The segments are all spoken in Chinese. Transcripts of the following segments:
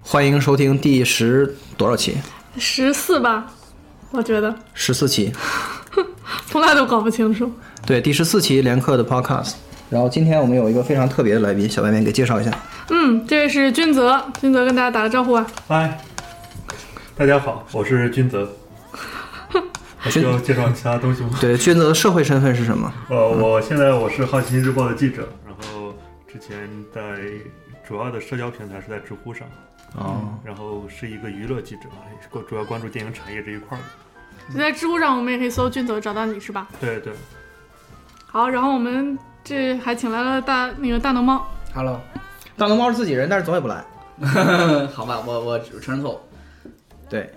欢迎收听第十多少期？十四吧，我觉得十四期，从来都搞不清楚。对，第十四期连课的 Podcast。然后今天我们有一个非常特别的来宾，小白面给介绍一下。嗯，这位是君泽，君泽跟大家打个招呼啊。嗨，大家好，我是君泽。 我需要介绍其他东西吗？ 对，君泽的社会身份是什么？呃，我现在我是《好奇心日报》的记者，然后之前在主要的社交平台是在知乎上，哦，然后是一个娱乐记者，关主要关注电影产业这一块儿的。你在知乎上，我们也可以搜君泽找到你是吧？对对，好，然后我们这还请来了大那个大能猫， Hello，大龙猫是自己人，但是总也不来。好吧，我我承认错误。对。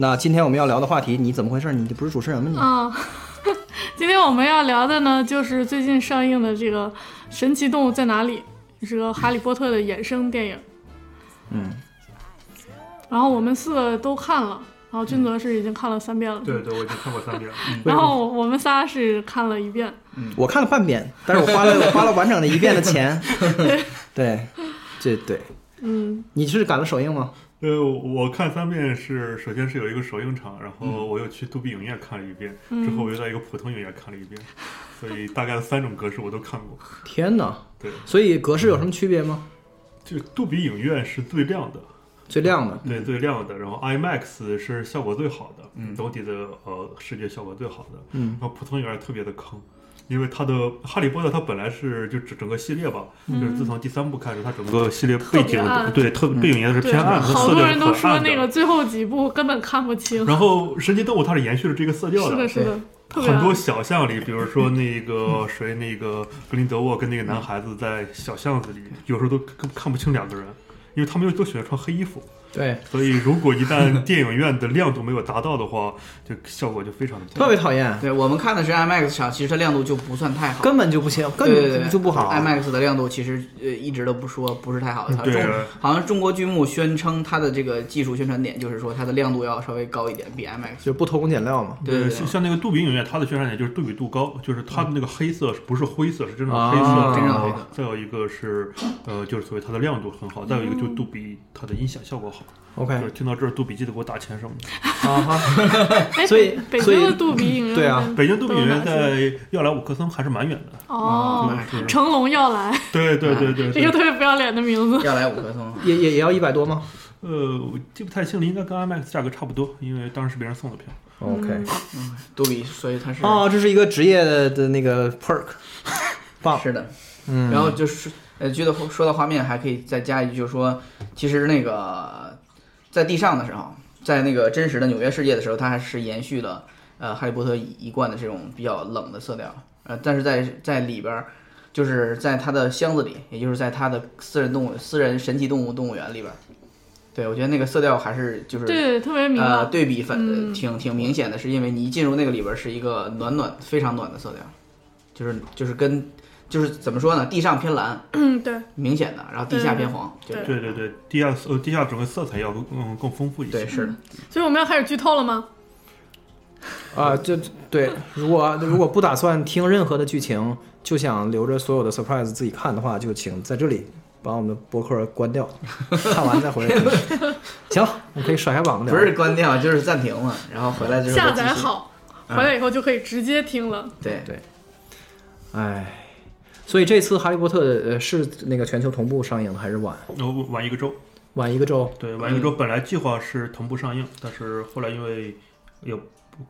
那今天我们要聊的话题，你怎么回事？你不是主持人吗？你啊、 今天我们要聊的呢，就是最近上映的这个《神奇动物在哪里》，是个《哈利波特》的衍生电影。嗯。然后我们四个都看了，然后君泽是已经看了三遍了，对对，我已经看过三 遍了。然后我们仨是看了一遍。我看了半遍，但是我花了我花了完整的一遍的 钱。对，这对，嗯，你是赶了首映吗？呃，我看三遍是，首先是有一个首映场，然后我又去杜比影院看了一遍，之后我又在一个普通影院看了一遍，所以大概三种格式我都看过。天哪！对，所以格式有什么区别吗？就杜比影院是最亮的，最亮的，对最亮的，然后 IMAX 是效果最好的，嗯总体的呃视觉效果最好的，嗯然后普通影院特别的坑。因为它的《哈利波特》，它本来是就整整个系列吧，就是自从第三部开始，它整嗯个嗯系列特背景别暗对特背景也是对，偏暗，它好色多调人是都很说暗那个的。最后几部根本看不清。然后《神奇动物》它是延续了这个色调是的，是的，特别很多暗小巷里，比如说那个谁，那个格林德沃跟那个男孩子在小巷子里，有时候都看看不清两个人，因为他们又都喜欢穿黑衣服。对，所以，如果一旦电影院的亮度没有达到的话，就效果就非常的不特好。别讨厌，对我们看的是 IMAX 场，其实它亮度就不算太好，根本就不行，根对对本对就不好。 IMAX 的亮度其实呃一直都不说不是太好，它中对好像中国剧目宣称它的这个技术宣传点就是说它的亮度要稍微高一点，比 IMAX。就不偷工减料嘛。对对对像像那个杜比影院，它的宣传点就是对比度高，就是它的那个黑色是不是灰色，是真正的黑色，啊真正的然后黑色再有一个是，呃，就是所谓它的亮度很好，再有一个就是杜比它的音响效果好。 OK，就是听到这儿，杜比记得给我打钱什么的。啊哈，哎所以北所以京的杜比影院对啊跟北京杜比影院都有哪些在耀莱五棵松还是蛮远的。哦嗯，啊是成龙要来，对对对对这个对，特别不要脸的名字。要来五棵松，也也也要一百多吗呃，我记不太清了，应该跟 IMAX 价格差不多，因为当时是别人送的票。 ？OK，嗯杜比，所以它是哦，这是一个职业的的那个 perk，棒，是的，嗯，然后就是呃，觉得说到画面，还可以再加一句，就是说，其实那个在地上的时候，在那个真实的纽约世界的时候，它还是延续了呃《哈利波特》一贯的这种比较冷的色调，呃，但是在在里边儿，就是在他的箱子里，也就是在他的私人动物、私人神奇动物动物园里边儿，对我觉得那个色调还是就是对，特别明呃亮。对比反、嗯挺挺明显的，是因为你一进入那个里边儿是一个暖暖非常暖的色调，就是就是跟就是怎么说呢，地上偏蓝嗯，对，明显的，然后地下偏黄，嗯对就是对对对，地下呃地下整个色彩要更嗯更丰富一些。对是的，所以我们要开始剧透了吗？啊，这对，如果如果不打算听任何的剧情，就想留着所有的 surprise 自己看的话，就请在这里把我们的播客关掉，看完再回来听。 行，我们可以甩开膀嗯子不聊。是关掉就是暂停嘛，然后回来之后下再载继续，好，回嗯来以后就可以直接听了。对哎，所以这次《哈利波特》的呃是那个全球同步上映的，还是晚然后晚一个周，晚一个周？对，晚一个周。本来计划是同步上映，但是后来因为有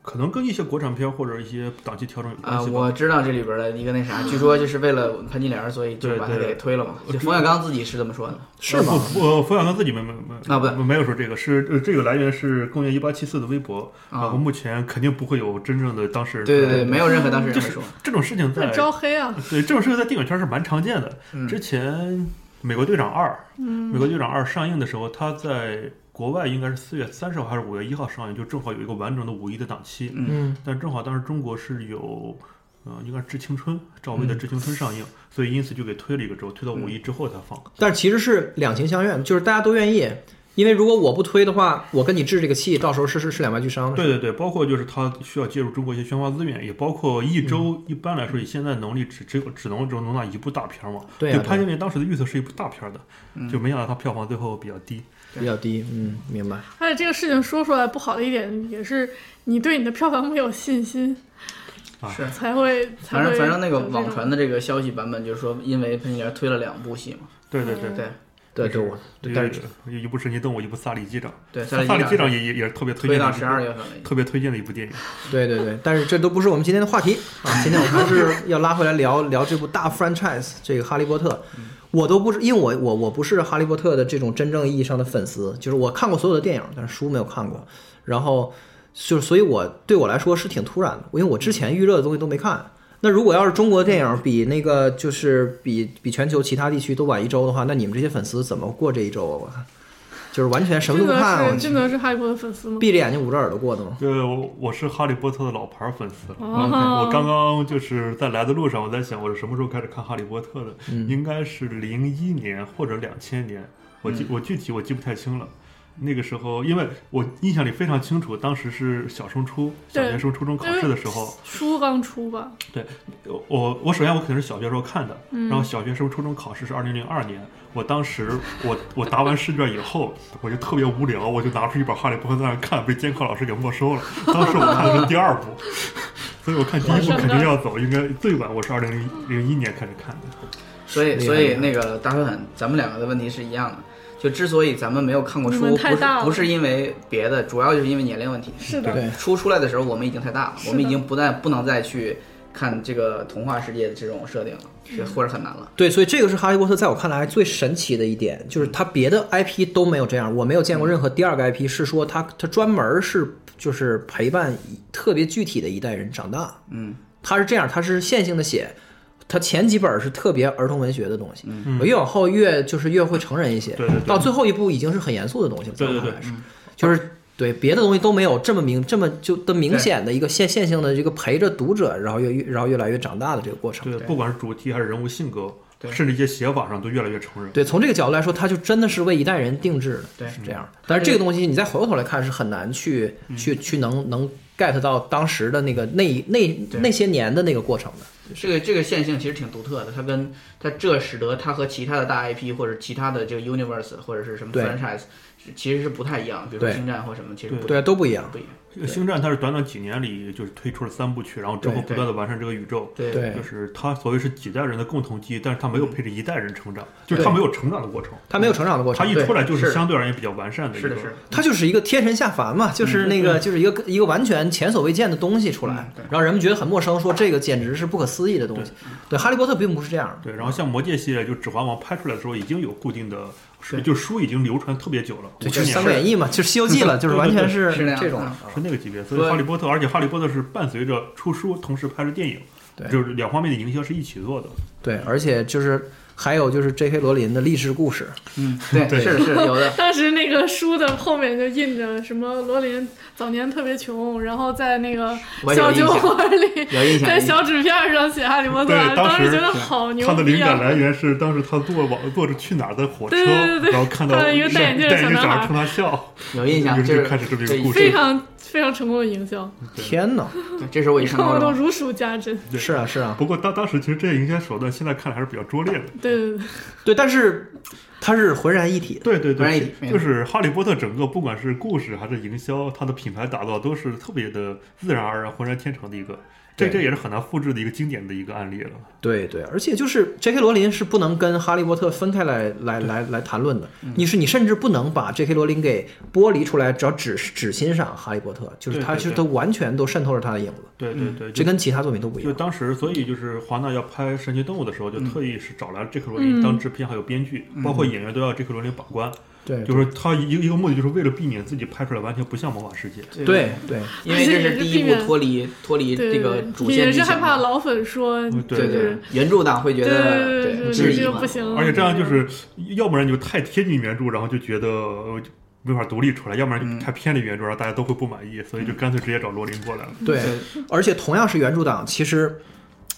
可能跟一些国产片或者一些档期调整有啊、关系吧。我知道这里边儿的一个那啥，据说就是为了潘金莲，所以就对把它对给推了嘛。就冯小刚自己是这么说的，是吗？不不，冯小刚自己没没没啊不对没有说这个，是呃这个来源是公元一八七四的微博，然后啊，目前肯定不会有真正的当事人。对对对，没有任何当事人就会是说，这种事情在那招黑啊！对这种事情在电影圈是蛮常见的。嗯之前《美国队长二》，《美国队长二》上映的时候，它在国外应该是四月三十号还是五月一号上映，就正好有一个完整的五一的档期。嗯，但正好当时中国是有，呃，应该是《致青春》赵薇的《致青春》上映，所嗯以因此就给推了一个周，推到五一之后才放。但其实是两情相愿，就是大家都愿意，因为如果我不推的话，我跟你置这个气，到时候是是是两败俱伤的。对对对，包括就是它需要借助中国一些宣发资源，也包括一周一般来说，以现在能力只只有只能只能容纳一部大片儿嘛。对啊就对啊潘金莲当时的预测是一部大片儿的，就没想到它票房最后比较低。比较低，嗯，明白。而且哎这个事情说出来不好的一点也是，你对你的票房没有信心，啊是才会才反会正反正那个有这种网传的这个消息版本就是说，因为潘金莲推了两部戏嘛，对对对嗯对对对，我但是有一部神奇动物，一部萨利机长。对，萨萨利利机机长长也也也是特别推推荐的到一部十二月份了已经。特别推荐的一部电影。对对对，但是这都不是我们今天的话题啊。今天我们还是要拉回来聊聊这部大 franchise 这个《哈利波特》。我都不是，因为我我我不是《哈利波特》的这种真正意义上的粉丝，就是我看过所有的电影，但是书没有看过。然后就是，所以我对我来说是挺突然的，因为我之前预热的东西都没看。那如果要是中国电影比那个就是比比全球其他地区都晚一周的话，那你们这些粉丝怎么过这一周啊？我看，就是完全什么都不看，我俊泽是俊泽是哈利波特粉丝吗？闭着眼睛捂着耳朵过的吗？呃，我我是哈利波特的老牌粉丝了。哦我刚刚就是在来的路上，我在想我是什么时候开始看哈利波特的？应该是零一年或者两千年，我记、我具体我记不太清了。那个时候，因为我印象里非常清楚，当时是小升初、小对学生、初中考试的时候，书刚出吧，我我我首先我肯定是小学时候看的，然后小学升初中考试是二零零二年，我当时我我答完试卷以后，我就特别无聊，我就拿出一本《哈利波特》在那看，被监考老师给没收了。当时我看的是第二部，所以我看第一部肯定要走，应该最晚我是二零零一年开始看的。所以，厉害所以厉害那个大飞很，咱们两个的问题是一样的。就之所以咱们没有看过你书，们不太是大了不是因为别的，主要就是因为年龄问题。是的的，对书出来的时候，我们已经太大了，是的我们已经不再不能再去看这个童话世界的这种设定了，嗯是或者很难了。对，所以这个是《哈利波特》在我看来最神奇的一点，就是它别的 IP 都没有这样，我没有见过任何第二个 IP 是说它它专门是就是陪伴一特别具体的一代人长大，嗯，它是这样，它是线性的写，它前几本是特别儿童文学的东西，嗯我越往后越就是越会成人一些，对对对到最后一步已经是很严肃的东西了，对对在嗯我看来对是，就是。对别的东西都没有这么明这么就的明显的一个线线性的一个陪着读者，然后越越然后越来越长大的这个过程。对，不管是主题还是人物性格，对甚至一些写法上都越来越成人。对，从这个角度来说，它就真的是为一代人定制的，对是这样的。但是这个东西你再回过头来看，是很难去、去去能能 get 到当时的那个那一那对那些年的那个过程的。这个这个线性其实挺独特的，它跟它这使得它和其他的大 IP 或者其他的这个 universe 或者是什么对 franchise 是其实是不太一样，比如说对星战或什么，其实不对，都不一样。不一样。星战它是短短几年里就是推出了三部曲，然后之后对不断的完善这个宇宙。对对就是它所谓是几代人的共同记忆，但是它没有陪着一代人成长，就是对它没有成长的过程。它没有成长的过它程，一对出来就是是的相对而言比较完善的一是个。的，是的。它就是一个天神下凡嘛，就是那个、就是一个一个完全前所未见的东西出来嗯，对然后人们觉得很陌生，说这个简直是不可思议的东西。对，哈利波特并不是这样的。对，然后像魔戒系列，就《指环王》拍出来的时候，已经有固定的对，就书已经流传特别久了，对，五就十是《年三国了，演义》嘛，就是《西游记》了，就是完全是是那样这种。的啊是那个级别。所以所《以哈利波特》，而且《哈利波特》是伴随着出书，同时拍着电影，对就是两方面的营销是一起做的。对，而且就是还有就是 J.K. 罗琳的励志故事，嗯， 对，对是的是的有的。当时那个书的后面就印着什么罗琳早年特别穷，然后在那个我有小印酒象，馆里，有印象。在小纸片上写《哈利波特》，对当时时觉得好牛他的灵逼感啊！来源是当时他坐网坐着去哪儿的火车，对对对对然后看到看到一个戴戴眼镜的戴小眼镜男小孩孩冲他笑，有印象，于就是是就开始这么一个这故事非常非常成功的营销，对天哪！对这时候我已经看我看到都了。如数家珍。对是啊，是啊，不过当当时其实这些营销手段，现在看来还是比较拙劣的。对对对，对，但是它是浑然一体的。对对不然也对，其就是《哈利波特》整个不管是故事还是营销，它的品牌打造都是特别的自然而然、浑然天成的一个，这对这也是很难复制的一个经典的一个案例了。对对，而且就是 J.K. 罗琳是不能跟哈利波特分开来来来来谈论的。你是你甚至不能把 J.K. 罗琳给剥离出来，只要只只欣赏哈利波特，就是对它对是对都完全都渗透着他的影子，对对对，这就跟其他作品都不一就样。当时，所以就是华纳要拍《神奇动物》的时候，就特意是找来了 J.K. 罗嗯琳当制片还有编剧，包括演员都要 J.K. 罗琳把关，对就是他一个一个目的，就是为了避免自己拍出来完全不像魔法世界。对对因为这是第一避免部脱离脱离对这个对主对线也剧是情害怕嘛。老粉说，嗯对对就是原著党会觉对得对对，质这疑就嘛不。行。而且这样就是，要不然你就太贴近原著，然后就觉得呃就没法独立出来；要不然嗯就太偏离原著，然后大家嗯都会不满意，所以就干脆直接找罗琳过来了。 对，对而且同样是原著党，其实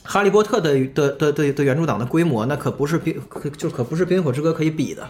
哈利波特的的的的的原著党的规模，那可不是冰可就可不是冰与火之歌可以比的。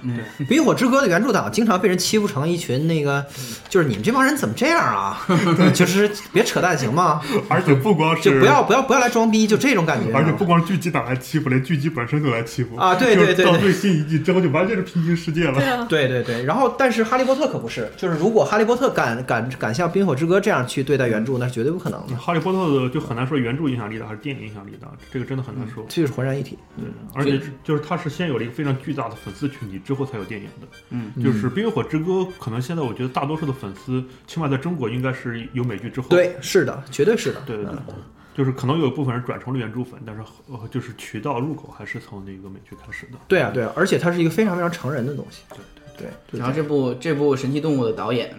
冰与火之歌的原著党经常被人欺负成一群那个，就是你们这帮人怎么这样啊？ 就是别扯淡行吗？而且不光就是不要不要不要来装逼，就这种感觉。而且不光是剧集党来欺负，连剧集本身都来欺负啊对就对对到对最新一季之后就完全是平行世界对了。啊，对对对，然后但是哈利波特可不是，就是如果哈利波特敢敢敢像冰火之歌这样去对待原著，那是绝对不可能的， 哈利波特的就很难说原著影响力的还是电影影响力的，这个真的很难说。这就是浑然一体。对，而且就是它是先有了一个非常巨大的粉丝群体，之后才有电影的。嗯，就是《冰与火之歌》，可能现在我觉得大多数的粉丝，起码在中国应该是有美剧之后。对，是的，绝对是的。对对对，嗯就是可能有一部分人转成了原著粉，但是呃，就是渠道入口还是从那个美剧开始的。对啊对啊，而且它是一个非常非常成人的东西。对对嗯然后这部这部神奇动物的导演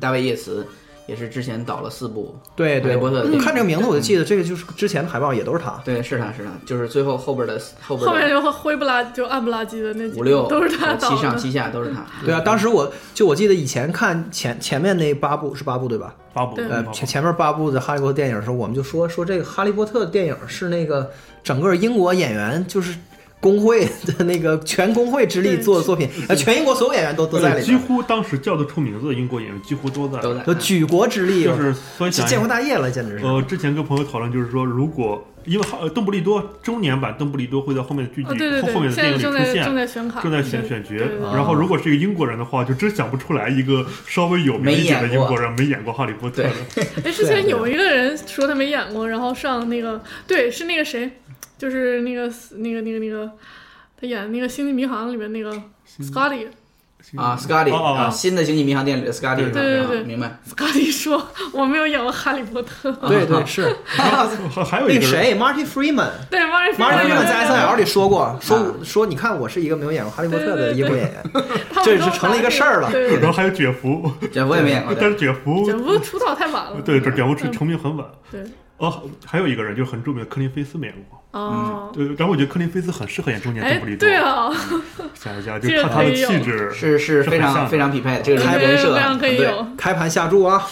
大卫·叶茨也是之前导了四部，对对哈利波特的电对，影我看这个名字我就记得，这个就是之前的海报也都是他。对，是他是他，就是最后后边的后边后面的就灰不拉就暗不拉几的那几五六呃都是他七导上的，七下都是他。嗯对啊，当时我就我记得以前看前前面那八部是八部对吧？八部，对呃八，部前前面八部的哈利波特电影的时候，我们就说说这个哈利波特电影是那个整个英国演员就是工会的那个全工会之力对做的作品，呃，全英国所有演员都都在对里几面，乎当时叫得出名字的英国演员几乎都在。都在就举国之力，就是所以建想建国大业了，简直是。呃，之前跟朋友讨论，就是说，如果因为哈呃邓布利多中年版邓布利多会在后面的剧集、哦对对后对，面的现电在影里正出在现，正在选卡，正在选对选角对对。然后，如果是一个英国人的话，就真想不出来一个稍微有名一点的英国人没演过《哈利波特》的。哎，之前有一个人说他没演过，然后上那个对，是那个谁，就是那个那个那个那个，他演的那个《星际迷航》里面那个 Scotty。啊，Scotty 哦哦哦啊，新的《星际迷航》电影里的对 Scotty，对是吧对对啊明白。 Scotty 说：“我没有演过《哈利波特》对对 是，还还有那一个个哎谁人，，Marty Freeman。对。对 m a r m a r t i Freeman 在 S N L 里说过，啊说说你看我是一个没有演过《哈利波特》的对对对英哎国演员，他这们是都成了一拿个这事儿了对对然后对，还有卷福，这我也没 演过，但是卷福这不出道太晚了。 对这卷福成嗯成名很晚。对，哦，还有一个人就是很著名的科林菲斯没演过。哦，对，然后我觉得科林菲斯很适合演中年哎邓布利，多。对啊，想一下，就这个看他可的以有气质。是是非是很像常的非常匹配的，这个还人有人对设非常可以对有。开盘下注啊。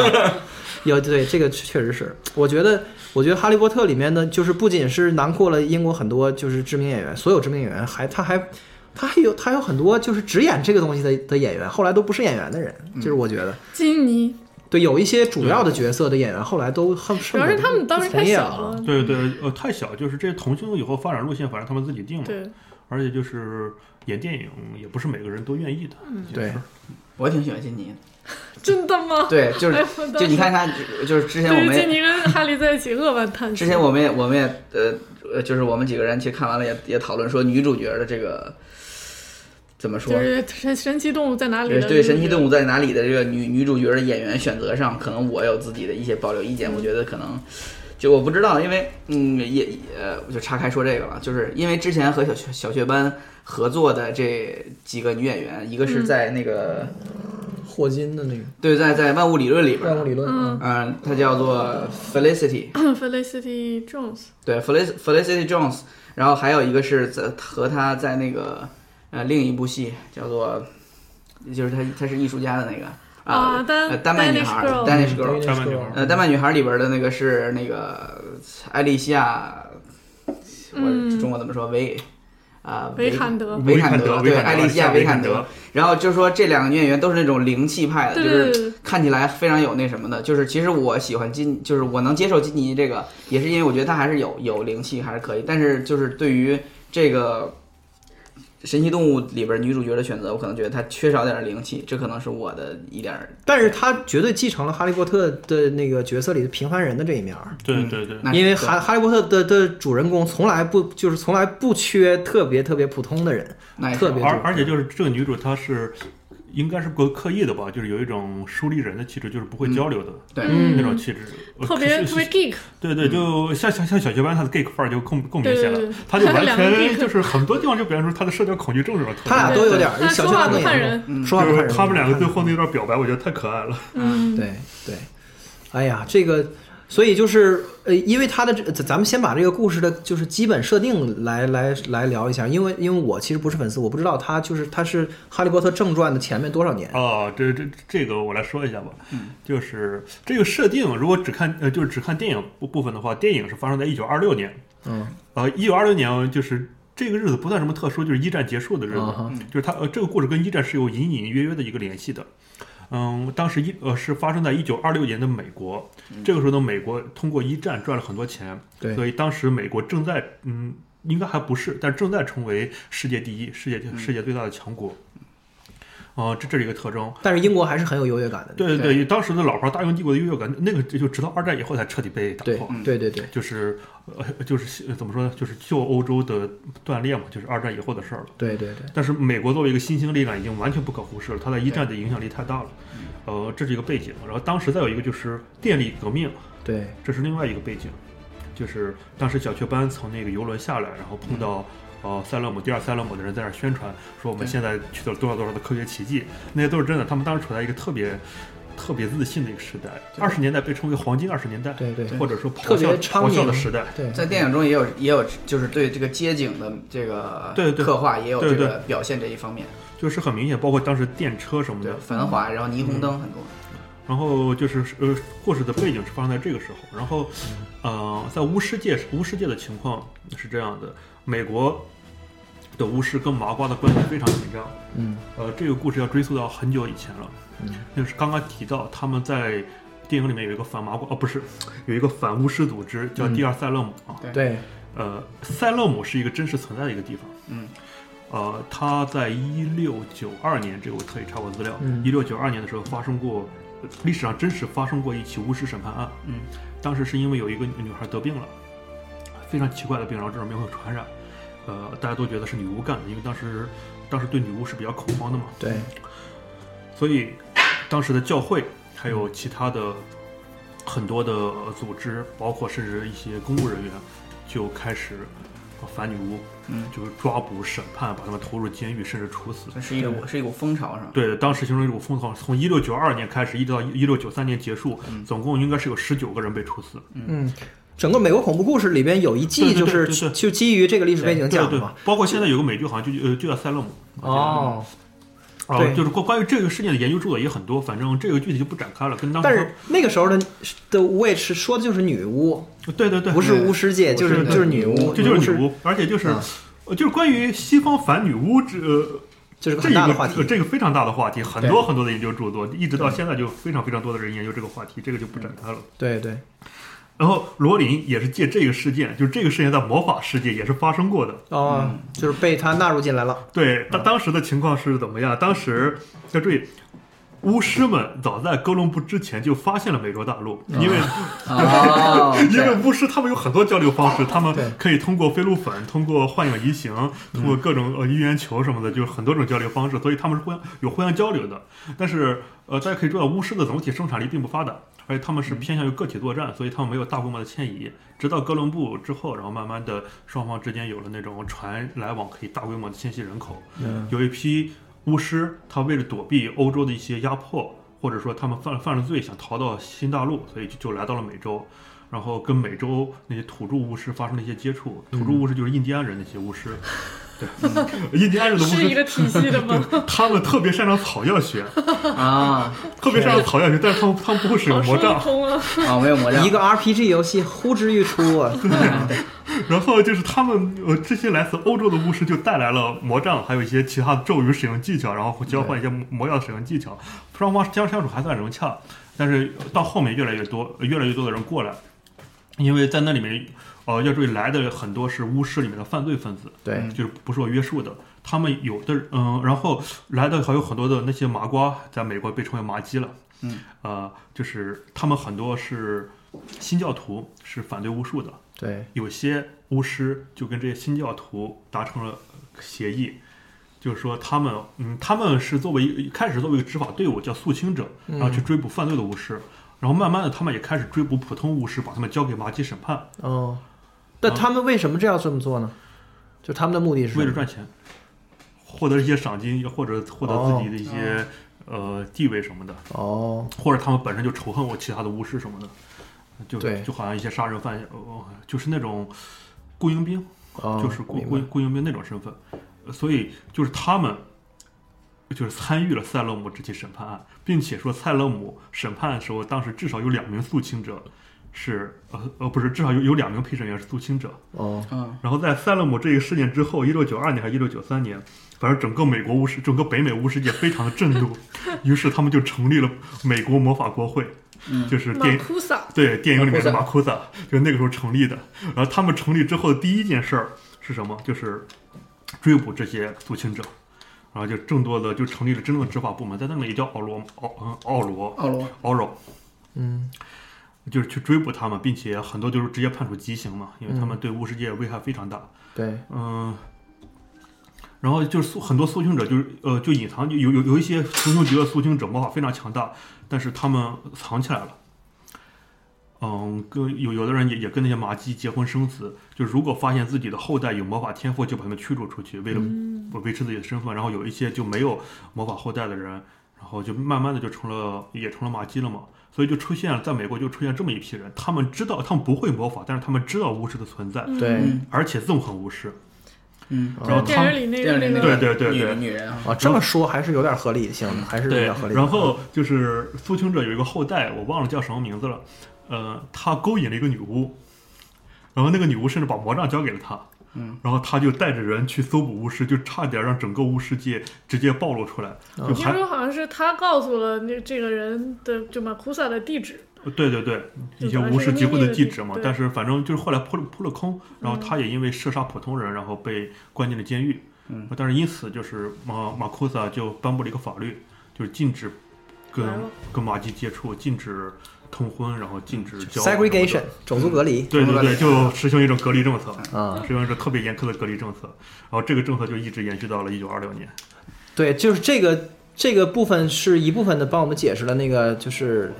有对这个确实是，我觉得我觉得《哈利波特》里面呢，就是不仅是囊括了英国很多就是知名演员，所有知名演员，还他还他还有他有很多就是只演这个东西的的演员，后来都不是演员的人，就是我觉得金妮，对有一些主要的角色的演员，后来都恨主恨要不是得他们当时不从太业小了。对对，呃，太小，就是这同性以后发展路线，反正他们自己定了。对，而且就是演电影也不是每个人都愿意的。嗯对，我挺喜欢金妮的，真的吗？对，就哎 是我就当你时看他，就是之前我对，们金妮也跟哈利在一起扼腕叹息。之前我们也我们也呃呃，就是我们几个人其实看完了也也讨论说女主角的这个怎么说就，是神神奇动物在哪里对的？对《神奇动物在哪里》的这个女女主角的演员选择上，可能我有自己的一些保留意见。我觉得可能就我不知道，因为嗯，也也呃，我就岔开说这个了，就是因为之前和小学小学班合作的这几个女演员，一个嗯是在那个、霍金的那个对，在在《万物理论》里边万物儿，理论，嗯嗯，她叫做 Felicity， ，Felicity Jones，对，Felic Felicity Jones，然后还有一个是在和她在那个呃另一部戏叫做，就是她她是艺术家的那个。啊呃丹呃丹麦女 Danish 孩 Girl ，Danish 嗯 Girl， Danish 下半 Girl 年呃，《丹麦女孩》里边的那个是那个艾丽西亚，我嗯中国怎么说维啊维坎德。维坎坎德，德维对，坎德艾丽西亚维维坎德。，然后就说这两个女演员都是那种灵气派的，对就对是对，看起来非常有那什么的。就是其实我喜欢金，就是我能接受金妮这个，也是因为我觉得她还是有有灵气，还是可以。但是就是对于这个。神奇动物里边女主角的选择，我可能觉得她缺少点灵气，这可能是我的一点儿。但是他绝对继承了哈利波特的那个角色里的平凡人的这一面儿，对对对。嗯那因为对哈哈利波特的的主人公从来不就是从来不缺特别特别普通的人，那也是特别而而且就是这个女主她是应该是过刻意的吧，就是有一种疏离人的气质，就是不嗯会交流的对那嗯种，气质，呃特别是特别是 geek，对嗯对，就像像像小学班她的 geek 范儿就更更明对对显对了对，，她就完两个 geek 全就是很多地方就表现出她的社交恐惧症这种特他俩征。都有点儿他，小说学话班不更看严重，人，嗯说话不就看是人，啊他们两个最后那段表白，我觉得太可爱了。嗯，对对，哎呀，这个所以就是呃，因为他的这，咱咱们先把这个故事的就是基本设定来来来聊一下，因为因为我其实不是粉丝，我不知道他就是他是《哈利波特》正传的前面多少年。哦，这这这个我来说一下吧，嗯就是这个设定，如果只看呃，就是只看电影部部分的话，电影是发生在一九二六年，嗯，呃，一九二六年就是这个日子不算什么特殊，就是一战结束的日子，啊哈就是它呃这个故事跟一战是有隐隐约约的一个联系的。嗯，当时一呃是发生在一九二六年的美国，这个时候的美国通过一战赚了很多钱，嗯对所以当时美国正在嗯应该还不是，但正在成为世界第一、世界嗯世界最大的强国。哦、这这是一个特征。但是英国还是很有优越感的。对对对，当时的老牌大英帝国的优越感，那个就直到二战以后才彻底被打对破。对对对，就是呃，就是呃怎么说呢？就是旧欧洲的断裂嘛，就是二战以后的事儿了。对对对，但是美国作为一个新兴力量，已经完全不可忽视了，它在一战的影响力太大了。嗯呃，这是一个背景。然后当时再有一个就是电力革命，对这是另外一个背景，就是当时小雀斑从那个游轮下来，然后嗯碰到、呃塞勒姆第二塞勒姆的人在那儿宣传说我们对现在取得了多少多少的科学奇迹，那些都是真的。他们当时处在一个特别特别自信的一个时代，二十年代被称为黄金二十年代，对对或者说咆特别哮昌咆哮的明时代。对，在电影中也有也有，就是对这个街景的这个呃对对刻画，也有对这对个表现这一方面，就是很明显，包括当时电车什么对的，繁华，然后霓虹灯很多，然后就是呃，故事的背景是发生在这个时候。然后，嗯呃，在巫师界，巫师界的情况是这样的：美国的巫师跟麻瓜的关系非常紧张。嗯，呃，这个故事要追溯到很久以前了。嗯，就是刚刚提到他们在电影里面有一个反麻瓜，哦，不是，有一个反巫师组织叫第二塞勒姆啊。嗯对呃，塞勒姆是一个真实存在的一个地方。嗯，呃，他在一六九二年，这个我特意查过资料嗯，一六九二年的时候发生过，呃历史上真实发生过一起巫师审判案。嗯，当时是因为有一个女孩得病了，非常奇怪的病，然后这种病会传染，呃，大家都觉得是女巫干的，因为当时当时对女巫是比较恐慌的嘛，对，所以当时的教会还有其他的很多的呃组织，包括甚至一些公务人员，就开始呃反女巫，嗯，就是抓捕、审判，把他们投入监狱，甚至处死。这是一股是一股风潮是吧？对，当时形成一股风潮，从一六九二年开始，一直到一六九三年结束，总共应该是有十九个人被处死。嗯。整个美国恐怖故事里边有一季对对就对是对对就基于这个历史背景对讲的对嘛。，包括现在有个美剧好像就呃就叫《塞勒姆》，哦，啊对，就是关关于这个事件的研究著作也很多，反正这个具体就不展开了，跟当但时是那个时候的的 witch 说的就是女巫，对对对，不是巫师界，就对是对就是女巫，这就是女巫，巫，而且就是啊，呃就是关于西方反女巫这呃这是个这很一大的个话呃题。这个非常大的话题，很多很多的研究著作，一直到现在就非常非常多的人研究这个话题，这个就不展开了。对对，然后罗琳也是借这个事件，就是这个事件在魔法世界也是发生过的。哦，嗯就是被他纳入进来了。对，当当时的情况是怎么样？当时要注意，巫师们早在哥伦布之前就发现了美洲大陆，因为、 哦，因为对巫师他们有很多交流方式，他们对可以通过飞鹿粉，通过幻影移形，通过各种呃一元球什么的，就是很多种交流方式，所以他们是互相有互相交流的。但是呃，大家可以知道，巫师的总体生产力并不发达，而且他们是偏向于个体作战，所以他们没有大规模的迁移。直到哥伦布之后，然后慢慢的双方之间有了那种船来往，可以大规模的迁徙人口。有一批巫师，他为了躲避欧洲的一些压迫，或者说他们犯犯了罪，想逃到新大陆，所以就就来到了美洲，然后跟美洲那些土著巫师发生了一些接触。土著巫师就是印第安人那些 巫师，对，印第安人的巫是一师，个体系的 吗？他们特别擅长草药学，啊特别擅长草药学，但是他们他们不会使用好说魔不杖。通 啊！啊，没有哎魔杖一，个 RPG 游戏呼之欲出啊！然后就是他们呃，这些来自欧洲的巫师就带来了魔杖，还有一些其他的咒语使用技巧，然后交换一些魔魔药使用技巧，双方相相处还算融洽。但是到后面越来越多，呃越来越多的人过来，因为在那里面，呃，要注意来的很多是巫师里面的犯罪分子，对就是不受约束的。他们有的嗯、然后来的还有很多的那些麻瓜，在美国被称为麻鸡了。嗯，呃，就是他们很多是新教徒，是反对巫术的。对，有些巫师就跟这些新教徒达成了协议，就是说他们，嗯，他们是作为一一开始作为一个执法队伍叫肃清者，嗯然后去追捕犯罪的巫师，然后慢慢的他们也开始追捕普通巫师，把他们交给麻吉审判，哦，那他们为什么这样这么做呢？就他们的目的是什嗯为么了赚钱，获得一些赏金，或者获得自己的一些、呃地位什么的，哦，或者他们本身就仇恨我其他的巫师什么的。就对就好像一些杀人犯，哦就是那种雇佣兵，哦，就是雇明雇白雇佣兵那种身份，呃所以就是他们就是参与了塞勒姆这起审判案，并且说塞勒姆审判的时候，当时至少有两名肃清者是呃呃不是，至少有有两名陪审员是肃清者。哦，嗯，然后在塞勒姆这个事件之后，一六九二年还是一六九三年，反正整个美国巫师，整个北美巫师界非常的震 怒，于是他们就成立了美国魔法国会，嗯就是马电库萨，对电影里面的马马库萨，就是那个时候成立的。然后他们成立之后的第一件事儿是什么？就是追捕这些肃清者。然后就更多的就成立了真正的执法部门，在那里也叫奥罗奥嗯奥罗奥罗，奥罗，嗯，就是去追捕他们，并且很多就是直接判处极刑嘛，因为他们对巫师界危害非常大。对，嗯，然后就是诉很多诉请者就是呃就隐藏，就有有有一些贫穷局的诉请者魔法非常强大，但是他们藏起来了。嗯，跟有有的人也也跟那些麻鸡结婚生子，就是如果发现自己的后代有魔法天赋，就把他们驱逐出去，为了嗯，维持自己的身份。然后有一些就没有魔法后代的人，然后就慢慢的就成了也成了麻鸡了嘛。所以就出现了，在美国就出现这么一批人，他们知道他们不会魔法，但是他们知道巫师的存在，嗯对嗯而且憎恨巫师。嗯，哦然后电影里那电个影里那那个对个对对对女女人啊，啊，这么说还是有点合理性的，还是有对点合，理的。然后就是苏清者有一个后代，我忘了叫什么名字了，呃，他勾引了一个女巫，然后那个女巫甚至把魔杖交给了他，嗯，然后他就带着人去搜捕巫师，就差点让整个巫师界直接暴露出来，就听还、说好像是他告诉了那这个人的就马库萨的地址，对对对，就一些本来巫是师秘集会密的的地地址嘛对，嗯但是反正就是后来扑了扑了空，然后他也因为射杀普通人，然后被关进了监狱，嗯，但是因此就是马马库萨就颁布了一个法律，就是禁止跟来了跟马基接触，禁止通婚，然后禁止交往什么的嗯 segregation 种族隔离对对对，什么嗯就实行一种隔离政策，嗯啊，实行一种特别严苛的隔离政策。然后这个政策就一直延续到了一九二六年。对，就是这个这个部分是一部分的帮我们解释了那个就是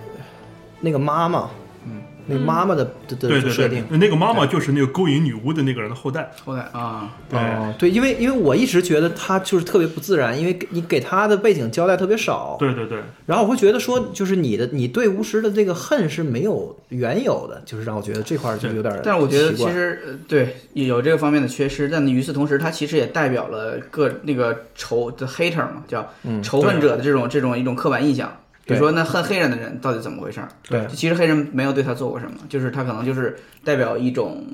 那个妈妈，嗯，那个妈妈的的对的对设对定。，那个妈妈就是那个勾引女巫的那个人的后代。后来啊，对，哦，对，因为因为我一直觉得他就是特别不自然，因为给你给他的背景交代特别少，对对对然后我会觉得说，就是你的你对巫师的这个恨是没有缘由的，就是让我觉得这块儿就有点儿奇怪。但是我觉得其实呃对也有这个方面的缺失，但与此同时，它其实也代表了各那个仇的 hater 嘛，叫嗯仇恨者的这种这种一种刻板印象。比如对说，那恨黑人的人到底怎么回事儿？对就其实黑人没有对他做过什么，就是他可能就是代表一种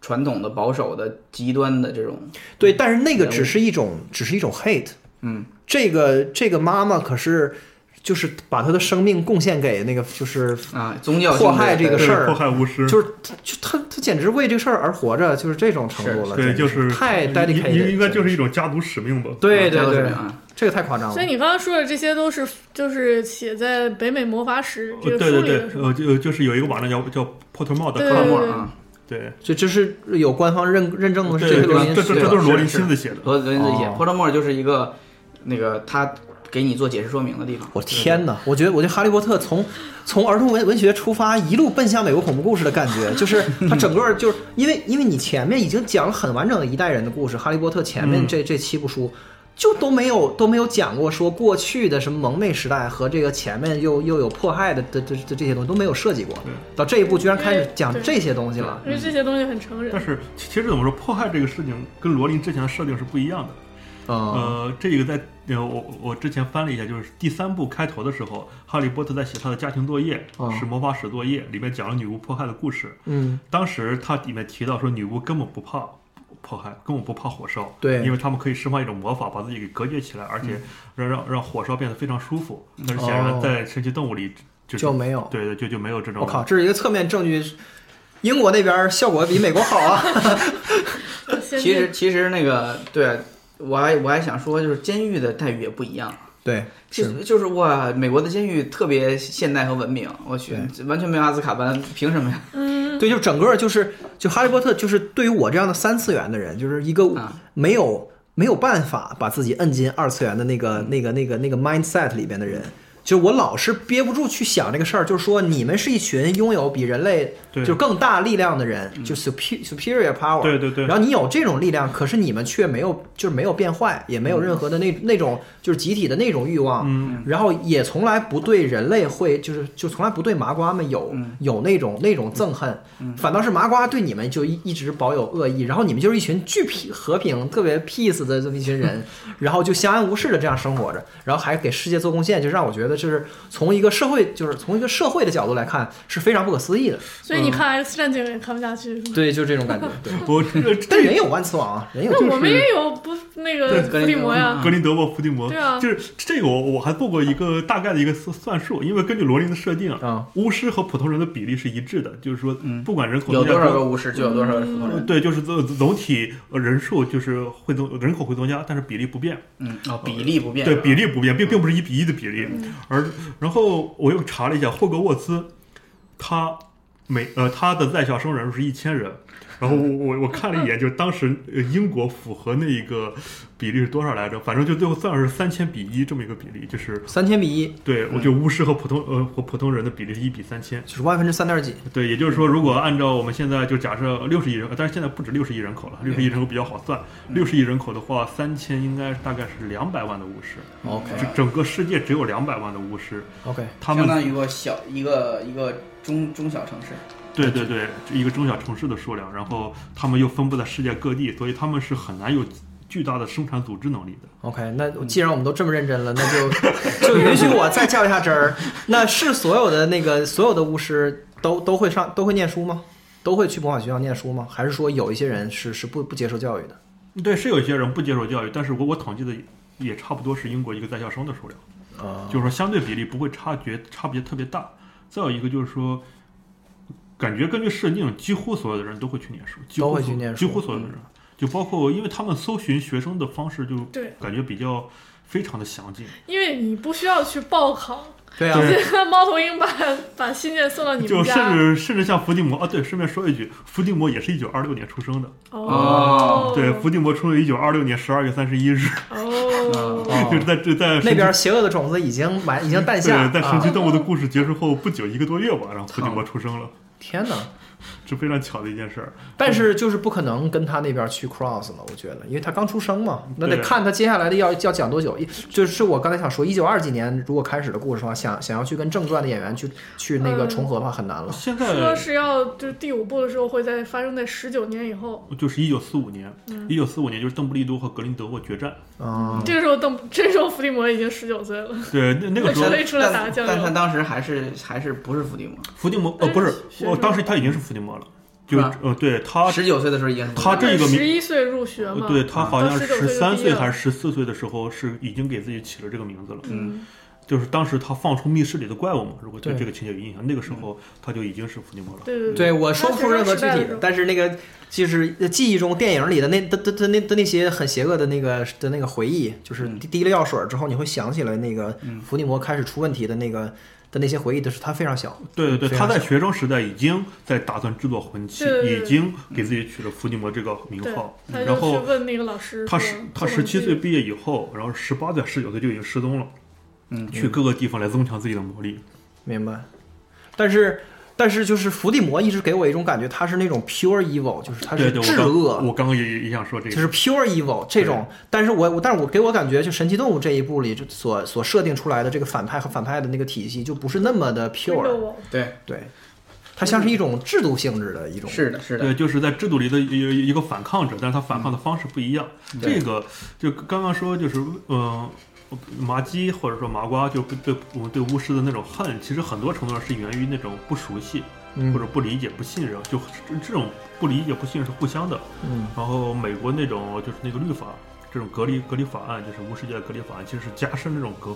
传统的保守的极端的这种，对，但是那个只是一种，只是一种 hate。嗯，这个这个妈妈可是就是把她的生命贡献给那个，就是啊宗教迫害性这的个事儿对迫害巫师。就是就她她简直为这事儿而活着，就是这种程度了。对，简直就是太应 dedicated，应应该就简是直一种家族使命吧。对对宗嗯教性的对，啊，这个太夸张所以了。你刚刚说的这些都是就是写在《北美魔法史》这呃对个书对里的对是，吗？呃，就就是有一个网站叫叫 Pottermore 对的克拉科莫莫，尔啊，对这这是有官方认认证的，是对这对个对罗这林这斯这的都是罗林是亲自写的。罗罗林自己写哦，Pottermore 就是一个那个他给你做解释说明的地方。我天哪！我觉得，我觉得《哈利波特从》从儿童文文学出发，一路奔向美国恐怖故事的感觉，就是它整个就是因为因为你前面已经讲了很完整的一代人的故事，《哈利波特》前面嗯这这七部书就都没有都没有讲过说过去的什么蒙昧时代和这个前面又又有迫害的的的的这些东西都没有涉及过对，到这一步居然开始讲对这些东西了。因为这些东西很成人嗯但。是其其实怎么说，迫害这个事情跟罗琳之前的设定是不一样的。嗯，呃，这个在呃，我我之前翻了一下，就是第三部开头的时候，哈利波特在写他的家庭作业，哦是魔法史作业，里面讲了女巫迫害的故事。嗯，当时他里面提到说，女巫根本不怕迫害，根本不怕火烧，对因为他们可以释放一种魔法，把自己给隔绝起来，而且让让让火烧变得非常舒服。但是显哦然在神奇动物里就是就没有。对对就嗯就没有这种。我靠，这是一个侧面证据，英国那边效果比美国好 啊。先其实其实那个对我还我还想说，就是监狱的待遇也不一样。对，就是就是哇，美国的监狱特别现代和文明，我去，完全没有阿兹卡班，凭什么呀？嗯，对，就整个就是就哈利波特，就是对于我这样的三次元的人，就是一个啊没嗯有、没有办法把自己摁进二次元的那个那个那个那个 mindset 里边的人，就我老是憋不住去想这个事儿，就是说你们是一群拥有比人类对嗯就更大力量的人，就 super superior power，对对对然后你有这种力量，可是你们却没有，就是没有变坏，也没有任何的那那种就是集体的那种欲望，嗯，然后也从来不对人类会就是就从来不对麻瓜们有嗯有那种那种憎恨，反倒是麻瓜对你们就一一直保有恶意，然后你们就是一群巨平和平、特别 peace 的这么一群 人，然后就相安无事的这样生活着，然后还给世界做贡献，就让我觉得就是从一个社会就是从一个社会的角度来看是非常不可思议的，所以嗯你看《X 战警》也看不下去，是吗？对，就这种感觉，对。我这个 但人有万磁王啊，人有那这我种们也有不那个对伏地魔嗯呀，格林德沃伏地魔，对啊就是这个我我还做过一个大概的一个算算术，因为根据罗琳的设定，啊，巫师和普通人的比例是一致的，就是说嗯不管人口有多多少少个巫师就有多少个普通呃人。对，就是总总体呃人数就是会增人口会增加，但是比例不变。嗯，哦，比例不变。对，比例不变，并并不是一比一的比例。而然后我又查了一下，霍格沃兹，他每呃他的在校生人数是一千人。然后我我我看了一眼，就是当时呃英国符合那一个比例是多少来着？反正就最后算是三千比一这么一个比例，就是三千比一，对我觉得巫师和普通呃和普通人的比例是一比三千。就是万分之三点几，对，也就是说，如果按照我们现在就假设六十亿人，呃但是现在不止六十亿人口了，六十亿人口比较好算。六十亿人口的话，三千应该大概是两百万的巫师。嗯，OK，整整个世界只有两百万的巫师， OK，他相们当于一个小一个一个中中小城市。对对对，这一个中小城市的数量，然后他们又分布在世界各地，所以他们是很难有巨大的生产组织能力的。 OK，那既然我们都这么认真了，那就就允许我再较一下真儿。那是所有的那个所有的巫师都都会上都会念书吗？都会去魔法学校念书吗？还是说有一些人是是不不接受教育的？对，是有一些人不接受教育，但是我我统计的也差不多是英国一个在校生的数量，啊、就是说相对比例不会差别差别特别大。再有一个就是说，感觉根据设定，几乎所有的人都会去念书，几乎都会去所念几书嗯乎所有的人，就包括因为他们搜寻学生的方式就对感觉比较非常的详尽。因为你不需要去报考，对啊，对现在 猫头鹰把把信件送到你就们甚家。至甚至像伏地魔啊，对，顺便说一句，伏地魔也是一九二六年出生的。哦，啊对，啊伏地魔出生于一九二六年十二月三十一日，哦，哦 就是在这在神奇那边邪恶的种子已经埋已经诞下对，在神啊！奇动物的故事结束后不久一个多月吧，然后伏地魔出生了，天哪！是非常巧的一件事儿。但是就是不可能跟他那边去 cross 了，我觉得，因为他刚出生嘛，那得对看他接下来的要要讲多久。一就是我刚才想说，一九二几年如果开始的故事的话，想想要去跟正传的演员去去那个嗯重合的话，很难了。现说在是要就是第五部的时候会在发生在十九年以后，就是一九四五年，嗯一九四五年就是邓布利多和格林德沃决战，嗯，这个时候邓这时候伏地魔已经十九岁了， 对，那那个时候人类出来打但酱油但他当时还是还是不是伏地魔，伏地魔呃不是，我当时他已经是伏地魔了，就是吧呃对他十九岁的时候已经是伏地他魔这个名十一岁入学嘛，对他好像到19十三岁就毕业岁了还是十四岁的时候是已经给自己起了这个名字了。嗯，就是当时他放出密室里的怪物嘛，如果对对这个情节有印象，那个时候他就已经是伏地魔了。对对对我说不出任何具他学体生时代的时的候，但是那个就是记忆中电影里的那的的的那的那些很邪恶的那个的那个回忆，就是嗯滴滴了药水之后，你会想起来那个伏地魔开始出问题的那个的那些回忆的是他非常小，对非对对，常他在小学生时代已经在打算制作魂器对，对对已经给自己取了伏地魔这个名对号，。嗯他然就去后问那个老师说，他十他做十文七具岁，毕业以后，然后十八岁、十九岁就已经失踪了，嗯去各个地方来增强自己的魔力。明白。但是但是就是伏地魔一直给我一种感觉，他是那种 pure evil，就是他对是对，至我恶刚。我刚刚也也想说这就个，是 pure evil 这种，但是我我，但是我给我感觉，就神奇动物这一部里，就所所设定出来的这个反派和反派的那个体系，就不是那么的 pure， Grindelwald 对，对，它像是一种制度性质的一种。是的，是的，对，就是在制度里的一一一个反抗者，但是他反抗的方式不一样。对这个就刚刚说，就是嗯、呃，麻鸡或者说麻瓜，就对我们对巫师的那种恨，其实很多程度上是源于那种不熟悉嗯或者不理解、不信任，就这这种不理解、不信任是互相的。嗯然后美国那种就是那个律法，这种隔离隔离法案，就是无世界的隔离法案，其实是加深这种隔阂，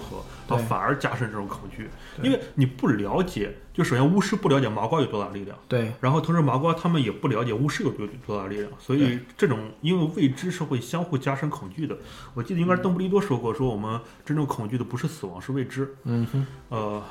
它对反而加深这种恐惧，因为你不了解，就首先巫师不了解麻瓜有多大力量，对，然后同时麻瓜他们也不了解巫师有多多大力量，所以这种因为未知是会相互加深恐惧的。我记得应该是邓布利多说过，说我们真正恐惧的不是死亡，是未知。嗯哼，呃，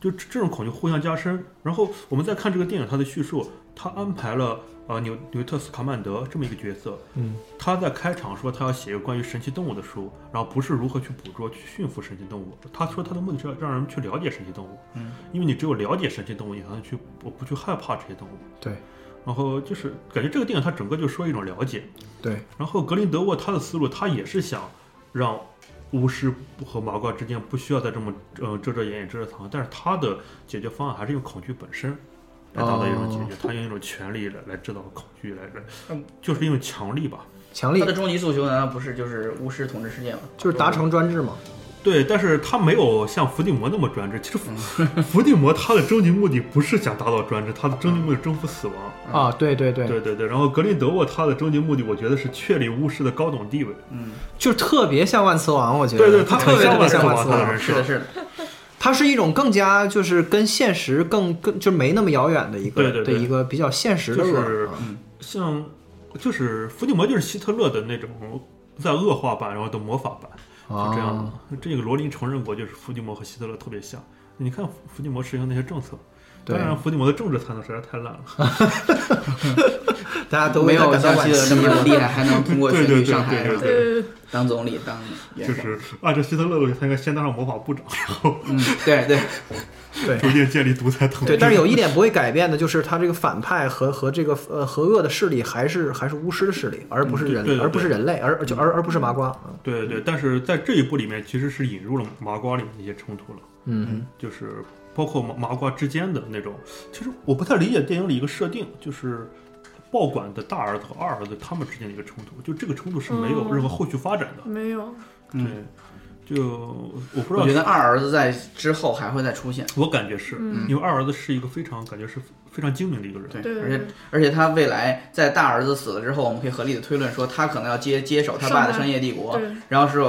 就这这种恐惧互相加深。然后我们再看这个电影，它的叙述，他安排了呃纽纽特斯卡曼德这么一个角色，嗯，他在开场说他要写一个关于神奇动物的书，然后不是如何去捕捉、去驯服神奇动物。他说他的目的是要让人们去了解神奇动物，嗯，因为你只有了解神奇动物，你才能去不不去害怕这些动物。对然后就是感觉这个电影它整个就说一种了解。对，然后格林德沃他的思路，他也是想让巫师和麻瓜之间不需要再这么呃遮遮掩掩、遮遮藏，但是他的解决方案还是用恐惧本身来达到一种解哦决，他用一种权力来来制造恐惧，来来嗯，就是一种强力吧。强他力的终极诉求难道不是就是巫师统治世界吗？就是达成专制嘛。对，但是他没有像伏地魔那么专制。其实伏嗯伏地魔他的终极目的不是想达到专制，他的终极目的是征服死亡。嗯啊，对对对，对对对，然后格林德沃他的终极目的，我觉得是确立巫师的高等地位。嗯，就是特别像万磁王，我觉得对对他他特别很像特别像万万磁磁王王，人是的，是的，它是一种更加就是跟现实更更就没那么遥远的一个对对对的一个比较现实的就是恶啊像就是伏地魔就是希特勒的那种在恶化版，然后的魔法版是这样的。啊这个罗琳承认过，就是伏地魔和希特勒特别像。你看伏地魔实行那些政策，对当然伏地魔的政治才能实在太烂了。大家都没为他有感到像惋希特勒那惜。么厉害，还能通过选举上 台对对对对对，当总理当元就首是按照希特勒的逻辑，他应该先当上魔法部长，然后嗯，对对， 对 逐渐建立独裁统治。对，但是有一点不会改变的，就是他这个反派和和这个呃和恶的势力还是还是巫师的势力，而不是人，对对对而不是人类，而而就而而不是麻瓜。对对，但是在这一部里面，其实是引入了麻瓜里面的一些冲突了，嗯，就是包括麻麻瓜之间的那种。其实我不太理解电影里一个设定，就是报馆的大儿子和二儿子他们之间的一个冲突，就这个冲突是没有哦任何后续发展的。没有，嗯，对，就我不知我道觉，得二儿子在之后还会再出现，我感觉是、嗯因为二儿子是一个非常感觉是非常精明的一个人。对，对而对且而且他未来在大儿子死了之后，我们可以合理的推论说，他可能要接接手他爸上的台商业帝国，对，然后是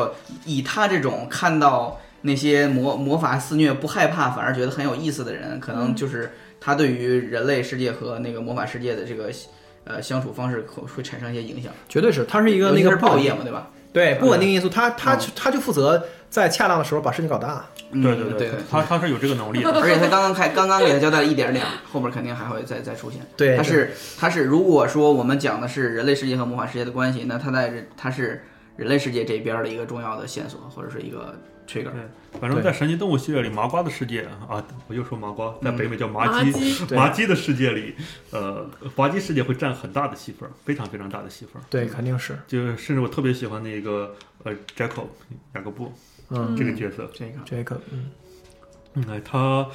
以他这种看到那些魔魔法肆虐不害怕，反而觉得很有意思的人，可嗯能就是他对于人类世界和那个魔法世界的这个呃相处方式可会产生一些影响，绝对是，他是一个尤那其个是不报稳业嘛，对吧？对不稳定因素，他他嗯就他就负责在恰当的时候把事情搞大。嗯对对对他他是有这个能力 的。 而且他刚刚开，刚刚给他交代了一点点儿，后边肯定还会再再出现。对他是他是，如果说我们讲的是人类世界和魔法世界的关系，那他在人他是人类世界这边儿的一个重要的线索或者是一个 trigger。对，反正在神奇动物系列里，麻瓜的世界啊，我又说麻瓜，嗯在北美叫麻麻鸡，鸡，对滑稽的世界里，呃，滑稽世界会占很大的戏份儿，非常非常大的戏份儿。对，肯定是，就是甚至我特别喜欢那个呃 j a c k o 雅各布嗯，这个角色，这个这个嗯嗯，哎他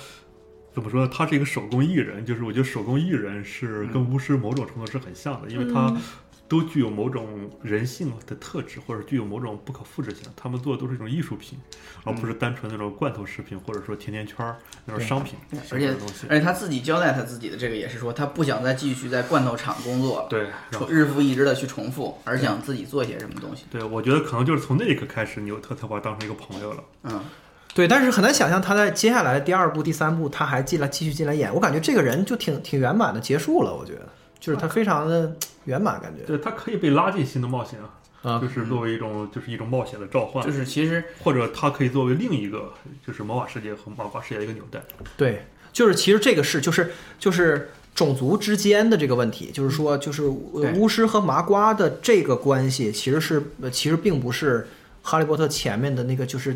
怎么说呢？他是一个手工艺人，就是我觉得手工艺人嗯是跟巫师某种程度是很像的，因为他嗯都具有某种人性的特质，或者具有某种不可复制性。他们做的都是一种艺术品，而不是单纯那种罐头食品，或者说甜甜圈儿那种对商品嗯对商品的东西。而且他自己交代他自己的这个也是说，他不想再继续在罐头厂工作了，对，然后重日复一日的去重复，而想自己做一些什么东西。对，我觉得可能就是从那一刻开始，纽特才把他当成一个朋友了。嗯，对，但是很难想象他在接下来的第二部、第三部，他还进来继续进来演。我感觉这个人就挺挺圆满的结束了，我觉得就是他非常的圆满，感觉对，它可以被拉进新的冒险啊，啊就是作为一种就是一种冒险的召唤，就是其实或者它可以作为另一个就是魔法世界和麻瓜世界的一个纽带。对，就是其实这个是就是就是种族之间的这个问题，就是说就是呃对巫师和麻瓜的这个关系，其实是呃其实并不是《哈利波特》前面的那个就是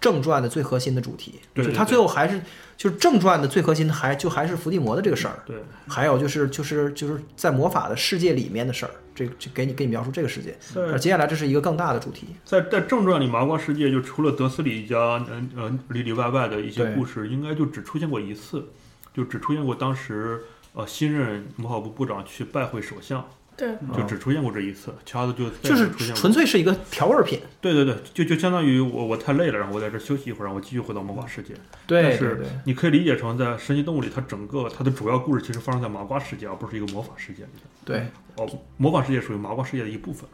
正传的最核心的主题，对就对他对最后还是就是正传的最核心的还就还是伏地魔的这个事儿。对，还有就是就是就是在魔法的世界里面的事儿，这这给你给你描述这个世界。而在接下来这是一个更大的主题，在在正传里，麻瓜世界就除了德斯里一家，嗯呃里里外外的一些对故事，应该就只出现过一次，就只出现过当时呃新任魔法部部长去拜会首相，对，就只出现过这一次，其他的就再哦就没是出现过纯粹是一个调味品。对对对，就就相当于我我太累了，然后我在这儿休息一会儿，然后我继续回到魔法世界。但对是你可以理解成在《神奇动物》里，它整个它的主要故事其实发生在麻瓜世界，而不是一个魔法世界里面。对哦，魔法世界属于麻瓜世界的一部分。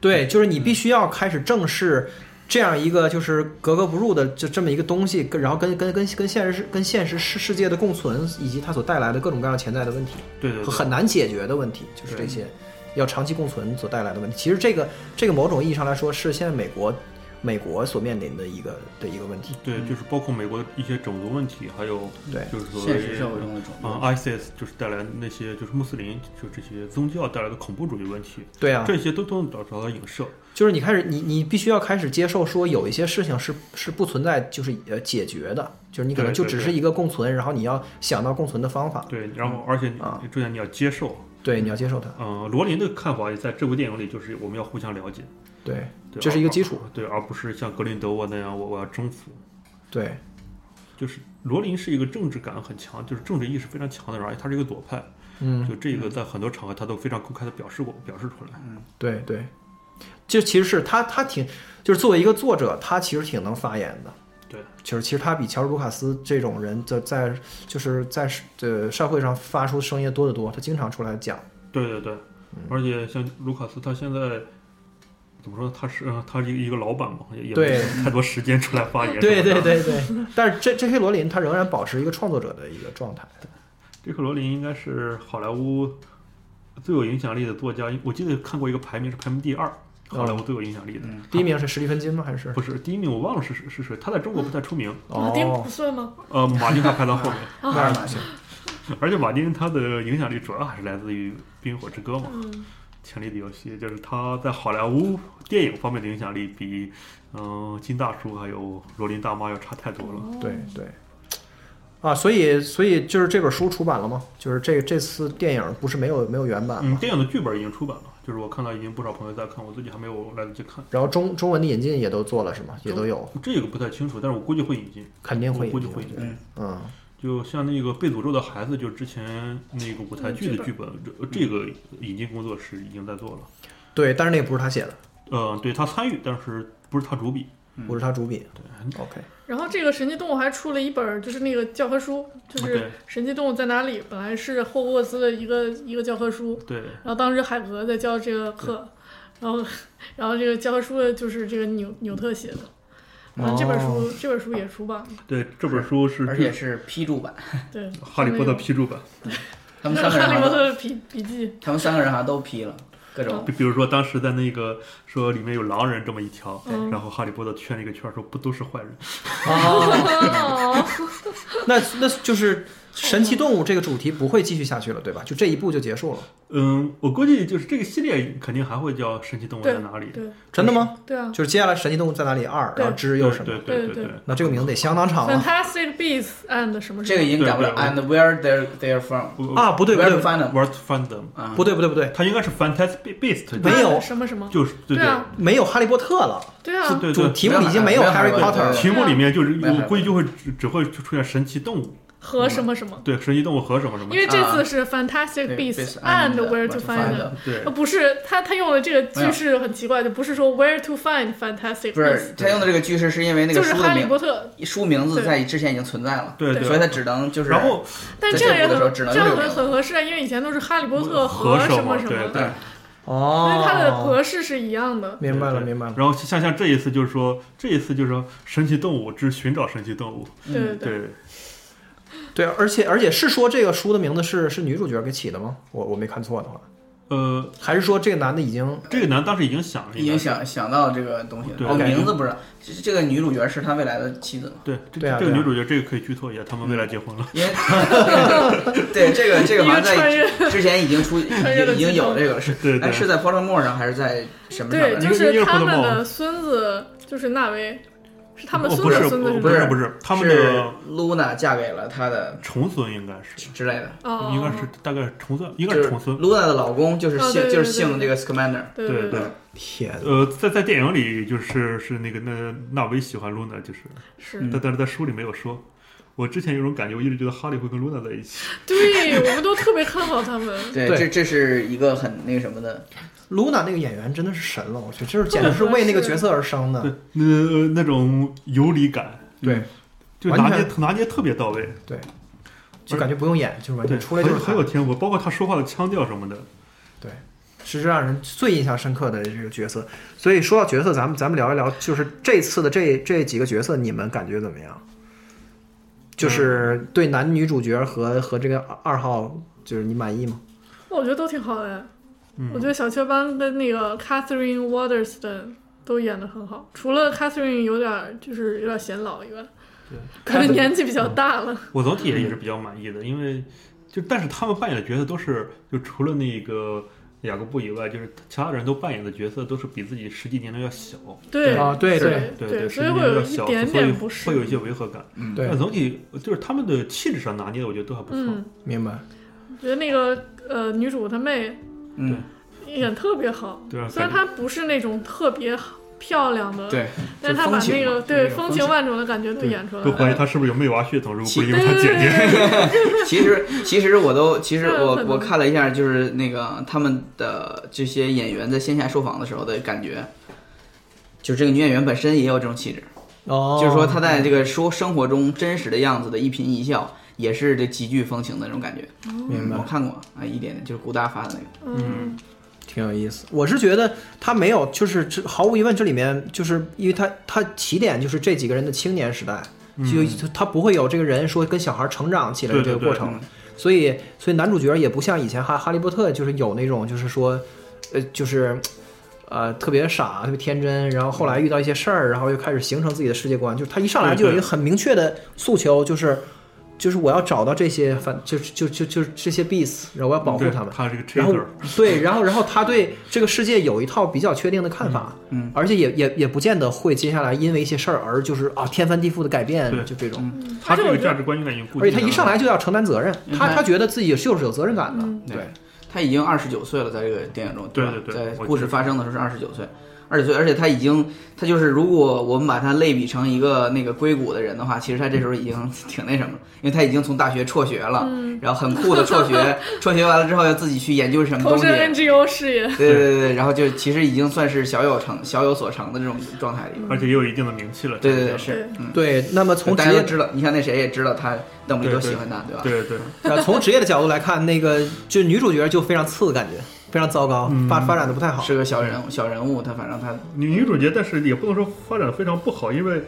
对，就是你必须要开始正视这样一个就是格格不入的就这么一个东西，跟然后跟跟跟跟现实世跟现实世世界的共存，以及它所带来的各种各样潜在的问题。对对和对，很难解决的问题，就是这些要长期共存所带来的问题。其实这个这个某种意义上来说，是现在美国美国所面临的一个的一个问题。对，就是包括美国的一些种族问题，还有嗯对就是说现实社会中的种族啊、ISIS 就是带来那些就是穆斯林就这些宗教带来的恐怖主义问题，对啊，这些都都能找找到影射。就是你开始，你你必须要开始接受，说有一些事情是是不存在，就是呃解决的，就是你可能对就对只对是一个共存，然后你要想到共存的方法，对，然后而且你啊重点你要接受。对，你要接受它，嗯、罗琳的看法也在这部电影里，就是我们要互相了解，对，对这是一个基础，对，而不是像格林德沃那样我我要征服。对，就是罗琳是一个政治感很强，就是政治意识非常强的人，而且他是一个左派，嗯，就这个在很多场合他都非常公开的表示过，表示出来。对对，就其实是他他挺，就是作为一个作者，他其实挺能发言的。对，就是其实他比乔治卢卡斯这种人在在就是在呃社会上发出声音多得多，他经常出来讲。对对对，嗯而且像卢卡斯他现在。怎么说？他是呃他是一个老板嘛，也也没对有太多时间出来发言。 对是吧对，对对， 但是 J J.K. 罗琳他仍然保持一个创作者的一个状态。这克罗琳应该是好莱坞最有影响力的作家，我记得看过一个排名是排名第二，好哦莱坞最有影响力的。嗯第一名是史蒂芬金吗？还是不是第一名，我忘了是是是谁。他在中国不太出名，马丁哦不，算吗？呃，马丁他排到后面，马尔马逊，而且马丁他的影响力主要还是来自于《冰与火之歌》嘛，嗯， 《权力的游戏》就是他在好莱坞电影方面的影响力比嗯、金大叔还有罗琳大妈要差太多了。对对。啊，所以所以就是这本书出版了吗？就是这这次电影不是没有没有原版嗯，吗？电影的剧本已经出版了，就是我看到已经不少朋友在看，我自己还没有来得及看。然后中中文的引进也都做了是吗？也都有，这个不太清楚，但是我估计会引进，肯定会我引估计进会。引进。嗯嗯，就像那个《被诅咒的孩子》，就是之前那个舞台剧嗯的剧本，这这个引进工作室已经在做了。对，但是那个不是他写的，呃，对他参与，但是不是他主笔。嗯不是他主笔。对 OK，然后这个神奇动物还出了一本儿，就是那个教科书，就是《对神奇动物在哪里》，本来是霍格沃兹的一个一个教科书，对，然后当时海格在教这个课，然后然后这个教科书就是这个纽纽特写的，然后这本书、这本书也出版了，对，这本书是而且是批注版。对，《 《哈利波特》批注版。他们 那个哈三个利人好波像都，特的笔笔 记，他们三个人好像都批了各种。比比如说，当时在那个说里面有狼人这么一条，嗯然后哈利波特圈了一个圈，说不都是坏人。哦，哦，那那就是神奇动物这个主题不会继续下去了，对吧？就这一步就结束了，嗯，我估计就是这个系列肯定还会叫《神奇动物在哪里》。对真的吗？对啊就是接下来神奇动物在哪里二，对然后之对又什么？对对对对。那这个名字得相当长了，Fantastic Beasts and 什么什这个么，已经改不了。对对 And where they they are from？啊！不对不 Where to 对 find them？ ，Worth Find Them，啊，不对不对不对，它应该是 Fantastic Beast，没有啊什么什么，就是对对啊没有哈利波特了，对啊，对对主对。题目里已经没有没有 Harry 没有 Potter 了。题目里面就是对啊我估计就会只只会出现神奇动物，和什么什么，对，神奇动物和什么什么因，为这啊次是 Fantastic 对 Beasts and and Where to Find them Them。对呃，，不是，他他用的这个没有句式很奇怪，就不是说 Where to find Fantastic 不 Beasts，是他用的这个句式是因为那就个是书哈的利名波特，书名字在之前已经存在了，对对所以他只能就是然后但这样也在这部的时候很只能这样用这很个很合适啊，因为以前都是哈利波特和什手么嘛，什对么对的，，因为它的哦，格式是一样的。明白了对明白了。然后像像这一次就是说，这一次就是说神奇动物之寻找神奇动物，对对，对，对，而且而且是说这个书的名字是是女主角给起的吗？我我没看错的话，呃，还是说这个男的已经这个男当时已经想了，已经想想到这个东西了。对这个 OK 名字不是，这这个女主角是他未来的妻子，对这对啊这个对啊女主角这个可以剧透一下，他们未来结婚了，因为 对这个这个好像一个穿在越之前已经出已穿越的经已经有这个是，对哎对是在 Pottermore 上还是在什么上对，面？就一个一是个他胡萝们卜的孙子，就是纳威，是他们哦孙不子是的孙子不是吧是吧不是他们是的 Luna 嫁给了他的重孙应该是。之类的，哦，应该是大概重孙，应该就是是重孙。 Luna 的老公就是哦对姓对就是对姓对这个 Scamander，对对对对，天呃，在在电影里就是是那个那纳威喜欢露娜，就是，是嗯但但是在书里没有说。我之前有种感觉，我一直觉得哈利会跟露娜在一起。对，我们都特别看好他们。对，对这这是一个很那个什么的，露娜那个演员真的是神了，我去，就是简直是为那个角色而生的。对，那、呃那种游离感，对，就完拿全捏拿捏特别到位，就感觉不用演，就是完对，全出来就是很很有天赋，包括他说话的腔调什么的。是让人最印象深刻的这个角色。所以说到角色，咱们咱们聊一聊，就是这次的这这几个角色，你们感觉怎么样？嗯就是对男女主角和和这个二号，就是你满意吗？我觉得都挺好的，嗯我觉得小雀斑跟那个 Catherine Waterston 都演得很好，除了 Catherine 有点儿就是有点显老以外，对，嗯可能年纪比较大了。我总体也嗯是比较满意的，因为就但是他们扮演的角色都是就除了那个雅各布以外，就是其他人都扮演的角色都是比自己实际年龄要小，对啊，对对对对实所际以年会龄有要一小，点所以点不适会。有一些违和感。嗯，对但总体就是他们的气质上拿捏的，我觉得都还不错。嗯，明白。我觉得那个呃女主她妹嗯，演特别好，对啊，虽然感觉她不是那种特别好漂亮的，对，但是她把就是那风情个嘛就是那对种风风情情万种的感觉都演出来都了。怀疑他是不是有没有娃血统，如果不其是因为他姐姐。其实其实我都 其实这我很我难看了一下，就是那个他们的这些演员在线下受访的时候的感觉，就这个女演员本身也有这种气质，哦，就是说她在这个说生活中真实的样子的一颦一笑，也是这极具风情的那种感觉。嗯明白我看过啊，一点点就是古大发的那个。嗯，挺有意思。我是觉得他没有，就是这毫无疑问，这里面就是因为他他起点就是这几个人的青年时代，嗯就他不会有这个人说跟小孩成长起来的对这对个对过程，所以所以男主角也不像以前哈哈利波特就是有那种就是说，呃就是。呃，特别傻，特别天真，然后后来遇到一些事儿，然后又开始形成自己的世界观。就是他一上来就有一个很明确的诉求，就是，就是我要找到这些反，就是就就就这些 beasts，然后我要保护嗯对他们。他是个然后 chaser，对，然后然后他对这个世界有一套比较确定的看法，嗯嗯而且也也也不见得会接下来因为一些事儿而就是啊天翻地覆的改变对，就这种。他这而且我个觉得价值观应该已经固而定且他一上来就要承担责任，啊嗯他他他觉得自己就是有责任感的，嗯对，他已经二十九岁了，在这个电影中，吧？对对对在我故记事得发生的时候是二十九岁，二十岁，而且他已经，他就是如果我们把他类比成一个那个硅谷的人的话，其实他这时候已经挺那 什么了，因为他已经从大学辍学了，嗯然后很酷的辍 学，辍学完了之后要自己去研究什么投东西，身对 NGO 事业，对对对，然后就其实已经算是小有成小有所成的这种状态里了，而且也有一定的名气了。对对对，嗯对是，嗯，对。那么从大职家都业知道，你看那谁也知道他，邓布利多对对喜欢他，对吧？对对，呃 从职业的角度来看，那个就女主角就非常次，感觉非常糟糕，发发展的不太好。嗯是个小人物，小人物，他反正他女女主角，但是也不能说发展得非常不好，因为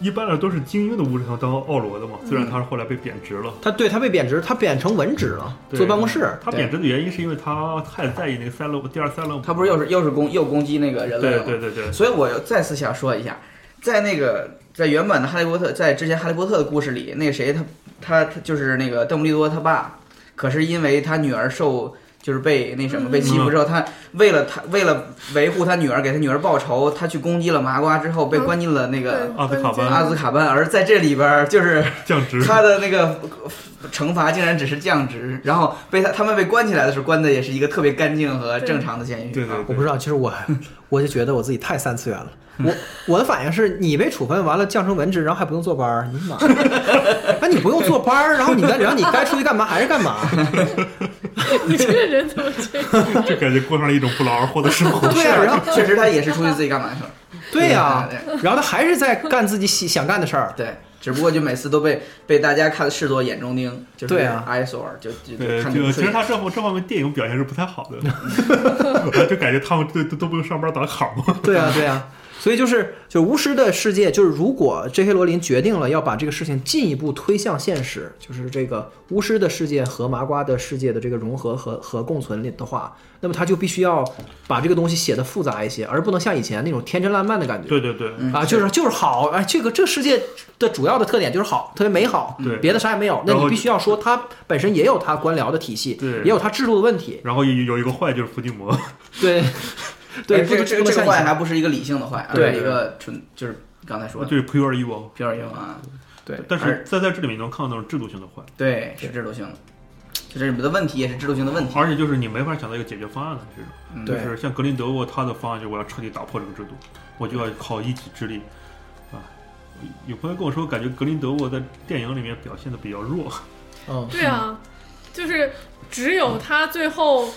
一般的都是精英的物质上当奥罗的嘛。虽然他后来被贬值了，他对他被贬值，他贬成文职了，对坐办公室。他贬值的原因是因为他太在意那个塞勒第二塞勒姆，他不是又是又是攻又攻击那个人类了对对吗？对对，所以我又再次想说一下，在那个在原版的《哈利波特》在之前《哈利波特》的故事里，那个谁他他他就是那个邓布利多他爸，可是因为他女儿受就是被那什么嗯被欺负之后，他为了他为了维护他女儿给他女儿报仇，他去攻击了麻瓜之后被嗯关进了那个对奥斯卡班阿兹卡班，而在这里边儿就是降职。他的那个呃惩罚竟然只是降职，然后被他他们被关起来的时候关的也是一个特别干净和对正常的监狱。对对啊我不知道，其实我 我就觉得我自己太三次元了。我我的反应是你被处分完了降成文职，然后还不用坐班儿，你 妈！那你不用坐班儿，然后你该然后你该出去干嘛还是干 嘛？你这个人怎么这样？就感觉过上了一种不劳而获的生活。对呀、然后啊确实他也是出去自己干嘛去了。对呀、对对然后他还是在干自己喜想干的事儿。对，只不过就每次都被被大家看视作眼中钉，就是对啊 eyesore，就就就对，看着就其不顺实眼。他这方这方面电影表现是不太好的， 就感觉他们都都都不用上班打卡嘛。对呀、对呀、啊所以就是就是巫师的世界，就是如果 J.K. 罗琳决定了要把这个事情进一步推向现实，就是这个巫师的世界和麻瓜的世界的这个融合和和共存里的话，那么他就必须要把这个东西写得复杂一些，而不能像以前那种天真烂漫的感觉。对对对，嗯啊，就是就是好，哎，这个这个世界的主要的特点就是好，特别美好，对别的啥也没有。那然你后必须要说它本身也有它官僚的体系，对也有它制度的问题，然后有有一个坏就是伏地魔，对，而对，这不个就这这个么这像个以坏前还不是一个理性的坏，而对是一个纯就是刚才说的就是 pure evil。 pure evil 啊，对但是在在这里面能看到那种制度性的坏，对，是制度性的，就这里面的问题也是制度性的问题。而且就是你没法想到一个解决方案的这种。嗯对就是像格林德沃他的方案就是我要彻底打破这个制度，我就要靠一己之力，啊。有朋友跟我说，感觉格林德沃在电影里面表现的比较弱，嗯，对啊，就是只有他最后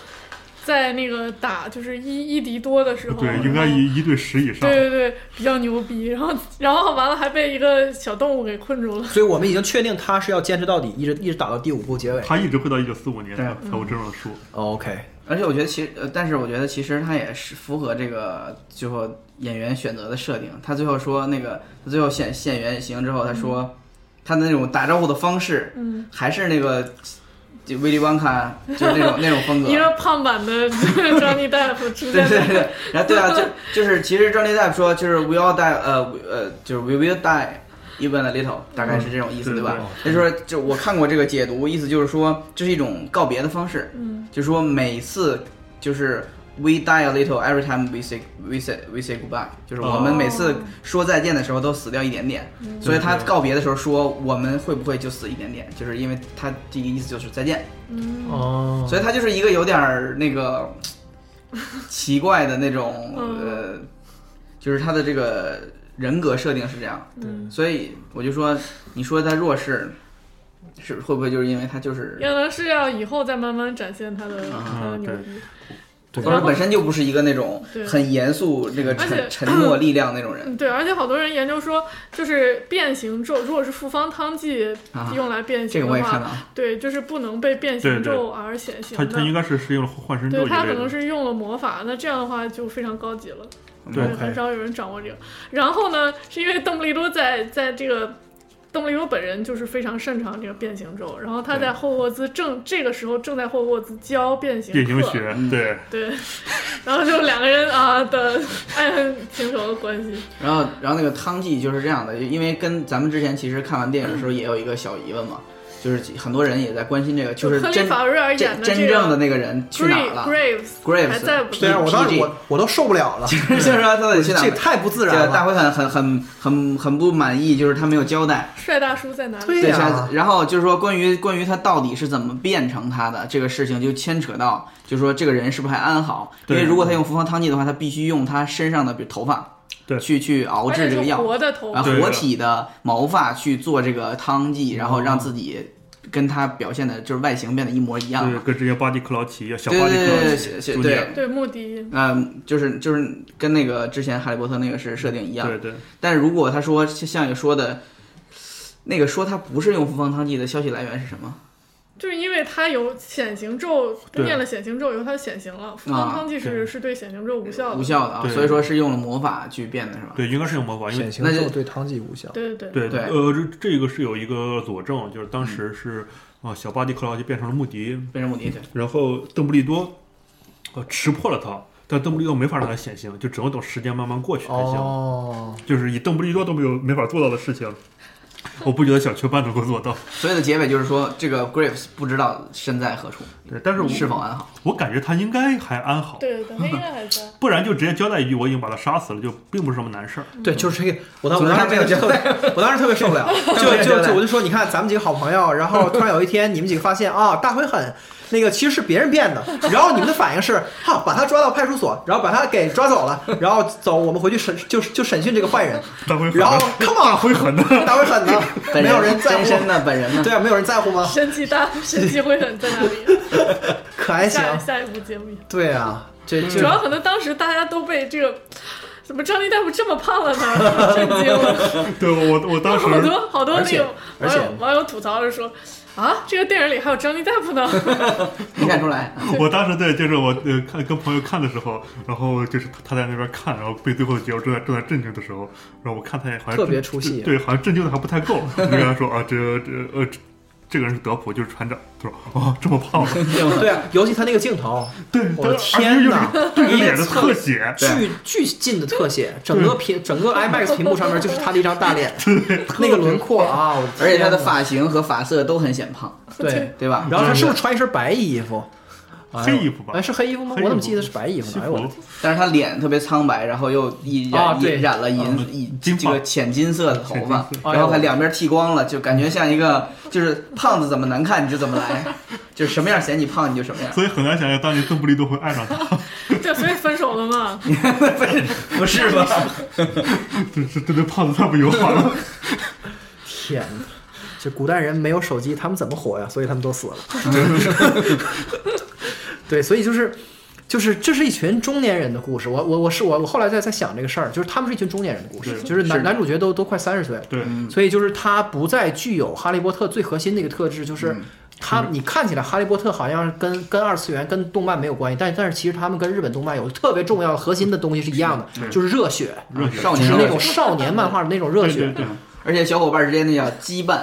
在那个打就是一一敌多的时候，对，应该然后一一对十以上。对对对比较牛逼，然后然后完了还被一个小动物给困住了。所以我们已经确定他是要坚持到底，一直一直打到第五部结尾。他一直会到一九四五年对才才会真正的输。嗯 OK，而且我觉得其实，呃，但是我觉得其实他也是符合这个最后演员选择的设定。他最后说那个，他最后现嗯现原形之后，他说、他的那种打招呼的方式，嗯，还是那个就威利旺卡就是那种那种 风格一。个胖版 的张力大夫出对现在对对，然后对啊，就就是其实张力大夫说就是 we all die，呃，we- 呃，就是 we will die even a little，大概是这种意思，嗯对吧？对就说就我看过这个解读，意思就是说这是一种告别的方式，嗯，就说每次就是 we die a little every time we say we say we say goodbye，就是我们哦嗯每次说再见的时候都死掉一点点，所以他告别的时候说我们会不会就死一点点，就是因为他这个意思就是再见。嗯哦所以他就是一个有点儿那个 奇怪的那种嗯呃，就是他的这个人格设定是这样，嗯所以我就说，你说他弱势，是会不会就是因为他就是可能是要以后再慢慢展现他的他的嗯牛对逼。对或者本身就不是一个那种对很严肃、这个而且沉沉默力量那种人嗯，对，而且好多人研究说，就是变形咒，如果是复方汤剂啊？用来变这形个的我话，也看到了，对，就是不能被变对形对咒而显形他的。他应该是是用了幻身咒对一他类可能的，是用了魔法，那这样的话就非常高级了，对很很少有人掌握这个。然后呢，是因为邓布利多在在这个邓布利多本人就是非常擅长这个变形咒，然后他对在霍格沃兹正这个时候正在霍格沃兹教变形变形课学嗯，对，对，然后就两个人啊的爱恨情仇的关系，然后，然后那个汤剂就是这样的，因为跟咱们之前其实看完电影的时候也有一个小疑问嘛，就是很多人也在关心这个，就是克利真法瑞尔演真的真这正的个那个人去哪儿 Gra- 了 Graves ？Graves 还在不对在？啊，我当时我我都受不了了， 就是说他到底去哪这儿也了？太不自这然个大了。辉很很很很很不满意，就是他没有交代。帅大叔在哪里？对呀、啊啥然后就是说关于关于他到底是怎么变成他的这个事情，就牵扯到，就是说这个人是不是还安好？因对为如果他用复方汤剂的话，他必须用他身上的比如头发，对去去熬而制且这个是药。活的头啊，发，对活体的毛发去做这个汤剂，然后让自己跟他表现的就是外形变得一模一样对，嘛。跟之前巴蒂克劳奇一样小对巴蒂嗯对克劳对奇对中对间，对，穆迪，嗯，就是就是跟那个之前哈利波特那个是设定一样。对对，但如果他说像像你说的，那个说他不是用复方汤剂的消息来源是什么？就是因为他有显形咒，对念了显形咒以后他显形了，复方汤剂是是对显形咒无效哦的，无效的啊，对所以说是用了魔法去变的是吧？对，应该是用魔法，因为显形那咒就对汤剂无效。对对对，对对嗯呃，这这个是有一个佐证，就是当时是啊，小巴蒂克劳奇变成了穆迪，变成目的对。然后邓布利多呃识破了他，但邓布利多没法让他显形，就只能等时间慢慢过去才行。哦，就是以邓布利多都没有没法做到的事情，我不觉得小雀斑能够做到。所以的结尾就是说，这个 Graves 不知道身在何处，对，但是嗯我是否安好。我感觉他应该还安好，对对，他应该还在。不然就直接交代一句我已经把他杀死了，就并不是什么难事儿。对，就是这个，我当总我之当他时没有交特别，我当时特别受 不了，没有就交就代就我就说，你看咱们几个好朋友，然后突然有一天你们几个发现啊，大灰很那个其实是别人变的，然后你们的反应是哈，把他抓到派出所，然后把他给抓走了，然后走，我们回去审就就审讯这个坏人，大灰然后 come 大灰狠的， on，大灰很呢，本没有人在真身乎，的本人 呢？对啊，没有人在乎吗？神奇大神奇灰很在哪里？可还行，下下一部揭秘。对啊，这这主要可能当时大家都被这个怎么张力大夫这么胖了呢， 震惊了。对我我我当时好多好多而那且种而网且友网友吐槽着说啊，这个电影里还有张力大夫呢。啊没看出来。 我当时对，就是我呃看跟朋友看的时候，然后就是他他在那边看，然后被最后结果正在正在震惊的时候，然后我看他也好像特别震出戏啊对，好像震惊的还不太够，我就跟他说啊，这这呃这这个人是德普，就是船长。他说哦，这么胖， 对啊，尤其他那个镜头，对，我的而且天又哪是对着脸的特写，巨巨近的特写，整个屏整个 IMAX 屏幕上面就是他的一张大脸，那个轮廓啊，我的而且他天的哪发型和发色都很显胖，对，对吧？然后他是不是穿一身白衣服？黑衣服吧哎，是黑衣服吗？黑衣服我怎么记得是白衣服西呢？哎，我的服天，但是他脸特别苍白，然后又一染、啊对一染了银嗯银金这发个浅金色的头发浅金，色然哎后还呦两边剃光了，就感觉像一个就是胖子怎么难看你就怎么来，就是什么样嫌你胖你就什么样。所以很难想象当年邓布利多会爱上他， 对，所以分手了嘛。不是吧？这这这对胖子太不友好了。 天哪！这古代人没有手机，他们怎么活呀？所以他们都死了。 对，所以就是就是这是一群中年人的故事。我我我是我我后来在在想这个事儿，就是他们是一群中年人的故事，对就是男是男主角都都快三十岁了，对，嗯所以就是他不再具有哈利波特最核心的一个特质，就是嗯他、你看起来哈利波特好像跟跟二次元跟动漫没有关系，但但是其实他们跟日本动漫有特别重要核心的东西是一样的，就是热血，热血少就年是热那血种少年漫画的那种热对血对。对，而且小伙伴之间那叫羁绊，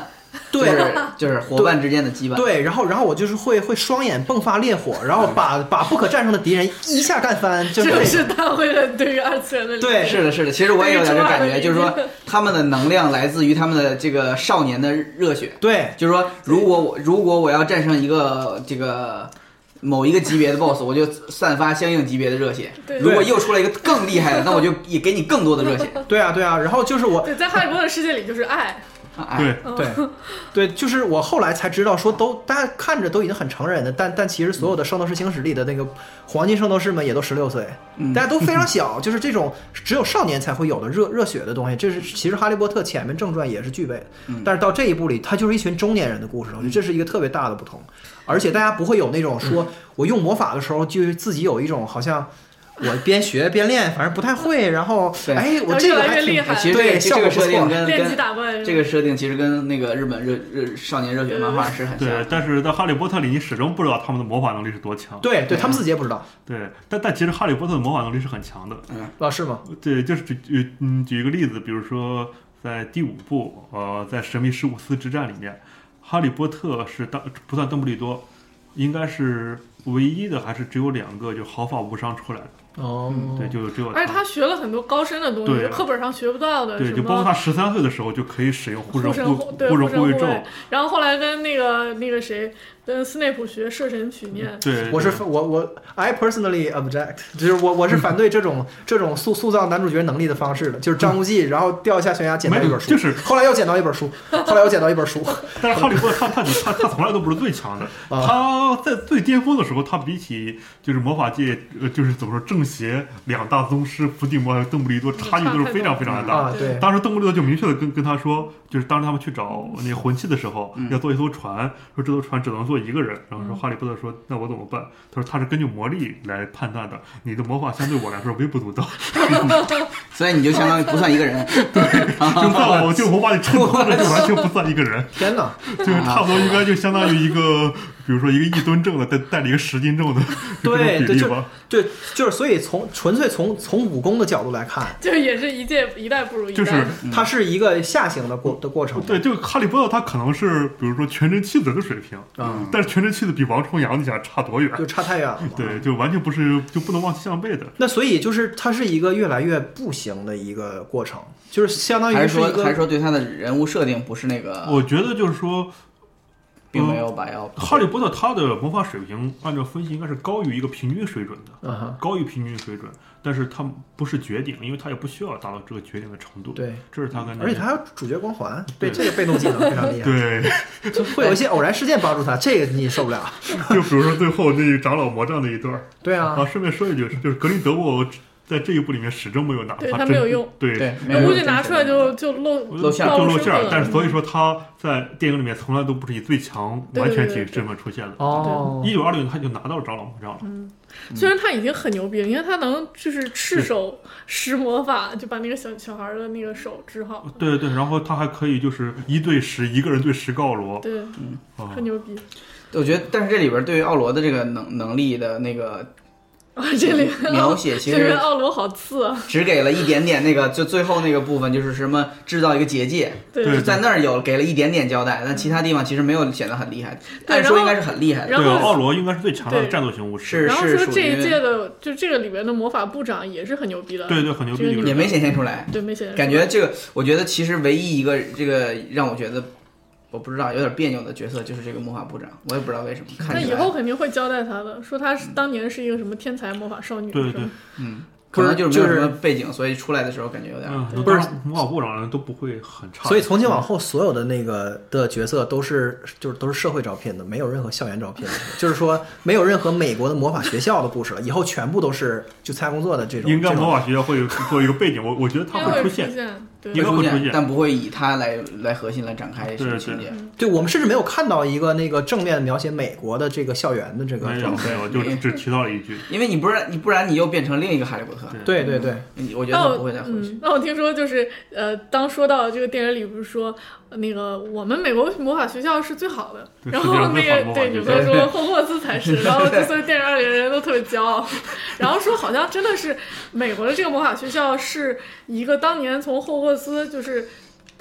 对就是就是伙伴之间的羁绊。对，然后然后我就是会会双眼迸发烈火，然后把把不可战胜的敌人一下干翻，就这是是大会的对于二次元的理解对是的，是的，其实我也有点这感觉，就是说他们的能量来自于他们的这个少年的热血，对就是说如果我如果我要战胜一个这个。某一个级别的 BOSS，我就散发相应级别的热血。对如果又出来一个更厉害的，那我就也给你更多 的热血。对啊对啊，然后就是我对，在哈利波特世界里就是爱，哎，对，嗯对，对，就是我后来才知道，说都大家看着都已经很成人了，但但其实所有的《圣斗士星矢》里的那个黄金圣斗士们也都十六岁，嗯大家都非常小，就是这种只有少年才会有的热热血的东西，这是其实《哈利波特》前面正传也是具备的，但是到这一步里，它就是一群中年人的故事了，我觉得这是一个特别大的不同，而且大家不会有那种说我用魔法的时候就是自己有一种好像。我边学边练，反正不太会。然后，对哎，我然后这越个来还越挺厉害其实对这个效这果个不设定错嗯跟练级跟打怪，这个设定其实跟那个日本热热少年热血漫画是啊很像对，的。但是在《哈利波特》里，你始终不知道他们的魔法能力是多强。对对，对他们自己也不知道对，但但其实《哈利波特》的魔法能力是很强的。啊，是吗？对，就是举举嗯举一个例子，比如说在第五部，呃，在《神秘事务司之战》里面，哈利波特是当不算邓布利多，应该是唯一的，还是只有两个就毫发无伤出来的。哦，嗯对，就只有而且他学了很多高深的东西，对就课本上学不到的，对，什就包括么他十三岁的时候就可以使用护护身神护对神神护卫卫咒。，然后后来跟那个那个谁，跟斯内普学摄神曲面，对，我是对我我 I personally object，就是我我是反对这种这种塑塑造男主角能力的方式的，就是张无忌，然后掉下悬崖捡到没一有，本书，就是，后来又捡到一本书，后来又捡到一本 书，但是哈利波特他他他他从来都不是最强的，啊他在最巅峰的时候，他比起呃就是魔法界呃就是怎么说正邪两大宗师伏地魔还有邓布利多差距都是非常非常的大。啊，对对，当时邓布利多就明确的跟跟他说，就是当时他们去找那魂器的时候，嗯要做一艘船，说这艘船只能坐一个人，然后说哈利波特说那我怎么办？他说他是根据魔力来判断的，你的魔法相对我来说微不 足道，所以你就相当于不算一 个人。就在我就我把你衬托的就完全不算一个人，天哪， 就是差不多应该就相当于一个，比如说一个一吨重的带带了一个十 斤重的就对这种比对，例就吧。对，就是所以从纯粹从从武功的角度来看，就也是一届一代不如一代，就是它是一个下行的过的过程，嗯对，就哈利波特他可能是比如说全真气子的水平，啊，但是全真气子比王重阳你想差多远？就差太远了，。对，就完全不是就不能望其项背的。那所以就是它是一个越来越不行的一个过程，就是相当还于一是说还是个说对他的人物设定不是那嗯个，我觉得就是说，并没有把要哈利波特他的魔法水平按照分析应该是高于一个平均水准的，嗯哼，高于平均水准，但是他不是绝顶，因为他也不需要达到这个绝顶的程度。，对，这是他跟那而且个他还有主角光环，对嗯对这个被动技能非常厉害。对。就 会有一些偶然事件帮助他，这个你受不了。 就比如说最后那长老魔杖那一段儿对啊啊，，顺便说一句，就是格林德沃在这一部里面始终没有拿对他他真没有用，对，对，没有估计真实拿出来就就露露馅儿就暴露露馅身儿份。但是所以说他在电影里面从来都不是以最强嗯对完全对对体对身份出现的。哦，一九二六年他就拿到了长老魔杖了，嗯虽然他已经很牛逼了，因为他能就是赤手施魔法，就把那个小小孩的那个手治好了。对对，然后他还可以就是一对十，一个人对十告罗对，啊很，牛逼我觉得，但是这里边对于奥罗的这个能能力的那个啊！这里描 写，其这边实奥罗好次啊！只给了一点点那个，就最后那个部分就是什么制造一个结界，对就在那儿有给了一点点交代，但其他地方其实没有显得很厉害。对按然后说应该是很厉害的，对，然后奥罗应该是最强大的对战斗型巫师，是然后是说属这一于届的，就这个里边的魔法部长也是很牛逼的，对对，很牛逼这的个一个你也人。没显现出来。对，没显示感觉这个，我觉得其实唯一一个这个让我觉得我不知道有点别扭的角色就是这个魔法部长，我也不知道为什么。看那起以来后肯定会交代他的，说他是当年是一个什么天才魔法少女，对是吧对，嗯，不可是能就是没有就是什么背景，所以出来的时候感觉有点。嗯，对不是魔法部长都不会很差，所以从今往后，所有的那个的角色都是就是都是社会招聘的，没有任何校园招聘的， 就是说没有任何美国的魔法学校的故事了，以后全部都是就参加工作的这种。应该这种魔法学校会有做一个背景，我我觉得他应会该出会现，现，对应该出会出现现，但不会以它来来核心来展开什么对情对节。对我们甚至没有看到一个那个正面描写美国的这个校园的这个没有状态。没有，就只提到了一句，因为你不然你不然你又变成另一个哈利波特，对对对，你我觉得那他我不会再回去。嗯。那我听说就是呃，当说到这个电影里不是说呃那个我们美国魔法学校是最好的，对然世界后上那最好的个魔法对学你校们说霍霍兹才 是，然后就所以电影里的人都特别骄傲，然后说好像真的是美国的这个魔法学校是一个当年从霍霍兹就是。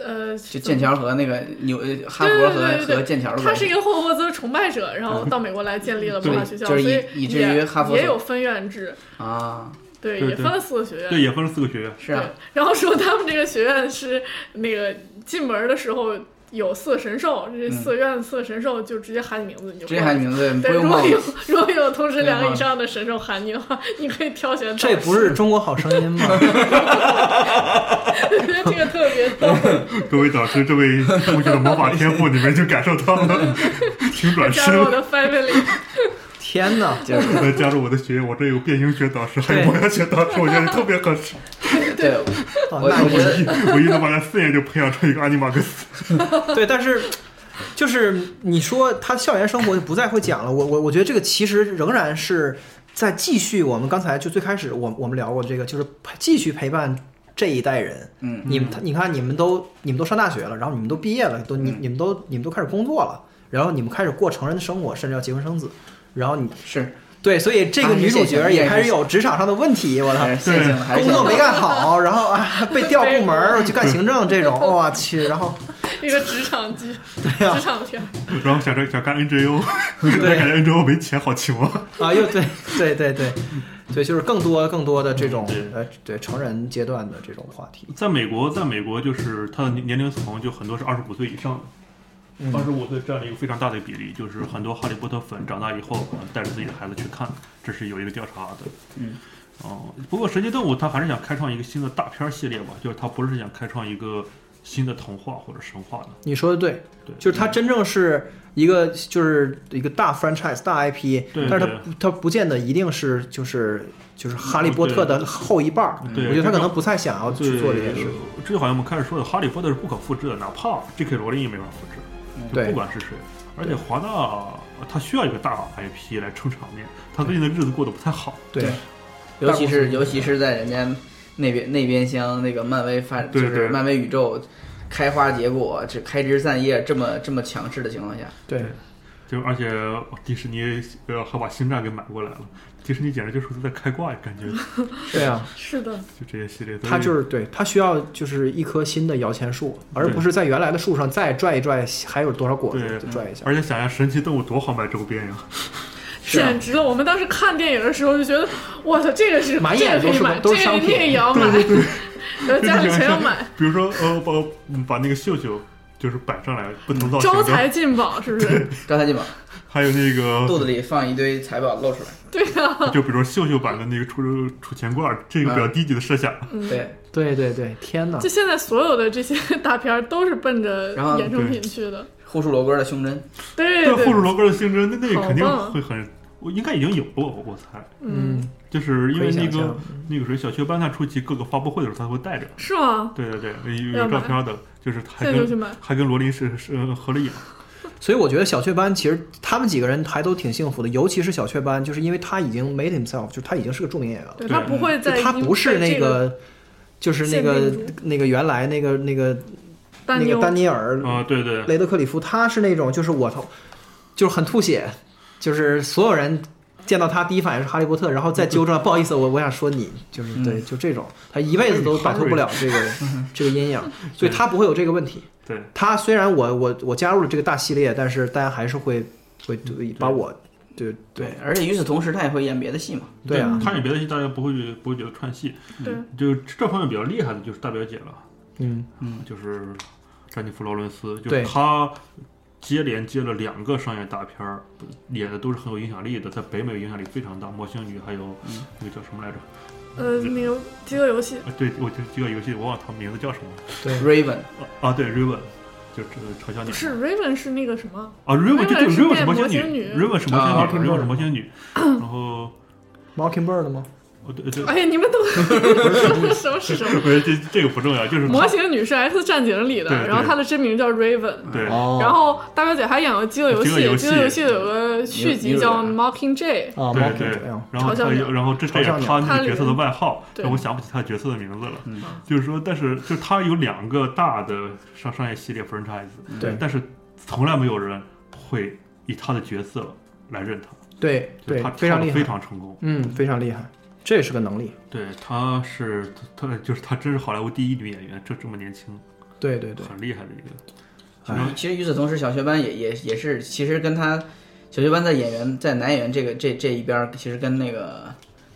呃，就剑桥和那个纽呃哈佛和对对对对和剑桥的他关是一系。个霍霍沃兹的崇拜者，然后到美国来建立了对博大学校，就是以所以至于也哈佛所也有分院制，啊，对，对也对分了四个学院。对，也分了四个学院，是啊，对，然后说他们这个学院是那个进门的时候有四个神兽，这四个院子四个神兽就直接喊你名字，你就嗯直接喊名字不对，用如果报，有如果有同时两不个用报以上的神兽喊你的话，你可以挑选。这不是《中国好声音》吗？ 这个特别 逗，各位导师，这位同学的魔法天赋，你们就感受到了，请转加入我身的 family。天哪！来加入我的学院。我这有变形学导师，还有对魔药学导师，我觉得特别合适。对，哦我那我觉得我一能把他四年就培养成一个阿尼马克斯， 对，但是就是你说他校园生活就不再会讲了。我我我觉得这个其实仍然是在继续我们刚才就最开始我我们聊过这个，就是继续陪伴这一代人。嗯，你们你看你们都你们都上大学了，然后你们都毕业了，都嗯你你们都你们都开始工作了，然后你们开始过成人的生活，甚至要结婚生子，然后你是对，所以这个还是女主现行角依然也是开始有职场上的问题。我操！ 还是线性的，还是啊工线作性的没干好，然后啊被调部门 儿去干行政这种，我去，然后一个职场 剧，对啊呀职场片，然后想着想干 NGO，对但感觉 NGO 没钱，好穷啊。啊又对对对对对，就是更多更多的这种嗯对呃对成人阶段的这种话题，在美国，在美国就是他的年年龄层就很多是二十五岁以上嗯的，二十五岁占了一个非常大的比例，就是很多哈利波特粉长大以后可能带着自己的孩子去看，这是有一个调查的。嗯。哦，不过《神奇动物》它还是想开创一个新的大片儿系列吧，就是它不是想开创一个新的童话或者神话的。你说的对，对，嗯就是它真正是一个就是一个大 franchise 大 IP，对但是它对不它不见得一定是就是就是哈利波特的后一半儿，哦嗯对我觉得他可能不太想要啊去对，做这件事，这就好像我们开始说的，《哈利波特》是不可复制的，哪怕 J.K. 罗琳也没法复制，就对不管是谁。而且华纳他需要一个大 IP 来撑场面，他最近的日子过得不太好。对对尤其是尤其是在人家那边那边厢那个漫威发，就对是对漫威宇宙开花结果、这开枝散叶这么这么强势的情况下，对。就而且迪士尼呃还把《星战》给买过来了，迪士尼简直就是在开挂，感觉对啊，是的，就这些系 列。它就是对它需要就是一棵新的摇钱树，而不是在原来的树上再拽一拽，还有多少果子对就拽一下。而且想想神奇动物多好卖周边呀！是啊简直了！我们当时看电影的时候就觉得，我操，这个是满这眼个可都以是买，都这是商个品那个也要买， 然后家里全要 买， 比如说呃把嗯把那个绣球就是摆上来不同造型招的，财进宝是不是？招财进宝，还有那肚个子里放一堆财宝露出来，对啊，就比如说绣球版的那个储储钱罐，这个比较低级的设想。嗯，对，对对对，天哪就！现在所有的这些 大片儿都是奔着然后衍生品去的，护树罗哥的胸针，对对，护主罗哥的性质，那那好肯定棒啊会很，我应该已经有了，我猜，嗯，，就是因可为以那想个象。那个谁，小雀斑他出席各个发布会的时候，他会带着。是 吗？对对对，有要有照买片的，就是还现在就去跟买，还跟罗琳是是呃合 了影。所以我觉得小雀斑其实他们几个人还都挺幸福的，尤其是小雀斑，就是因为他已经 made himself，就是他已经是个著名演员了，对对他不会就再他因不是为那这个个。就是那限个定住那个原来那个那个丹那妞个丹尼尔啊，对对，雷德克里夫，他是那种就是我操，就是很吐血，就是所有人见到他第一反应是哈利波特，然后再纠正，不好意思，我我想说你，就是嗯对，就这种，他一辈子都摆脱不了这个这个阴影，所以他不会有这个问题。对，他虽然我我我加入了这个大系列，但是大家还是会会对把我对对，而且与此同时他也会演别的戏嘛，对啊他演别的戏，大家不会觉不会觉得串戏。嗯对，就这方面比较厉害的就是大表姐了，嗯，嗯，就是詹妮弗·劳伦斯，就对是她接连接了两个商业大片儿，演的都是很有影响力的，在北美影响力非常大，《魔星女》还有嗯那个叫什么来着？呃嗯那个饥饿游戏，啊，对，我就这个游戏我忘了它名字叫什么了。嗯对 Raven 啊，对，Raven，就这个嘲笑不你是 Raven 是那个什么？啊，Raven 就，Raven 是是 Raven 是变魔魔仙仙女女，Raven 是魔仙啊女，Raven 是，Mockingbird 魔仙女。然后， Mockingbird 吗？哦对对，哎呀，你们都说 什么是什么？不是这这个不重要，就是模型女是 X 战警里的对，对然后她的真名叫 Raven。对，哦然后大表姐还演了《饥饿游戏饥饿》，游《戏饥饿游戏》有个续集叫《女主 Mocking Jay》，啊对，Mockingbird，对哎呦，然后嘲笑他你有，然后这这嘲也笑是你啊他那他个角里色的外号，对但我想不起他角色的名字了。嗯就是说，但是就是他有两个大的商商业系列 franchise，嗯对但是从来没有人会以他的角色来认他，对就是对他，非常跳得厉非害，常成功。嗯，非常厉害，这也是个能力。对，他是他他就是他真是好莱坞第一女演员，这这么年轻，对对对，很厉害的一个。哎，其实与此同时，小学班也也也是，其实跟他小学班在演员在男演员这个这这一边儿，其实跟那个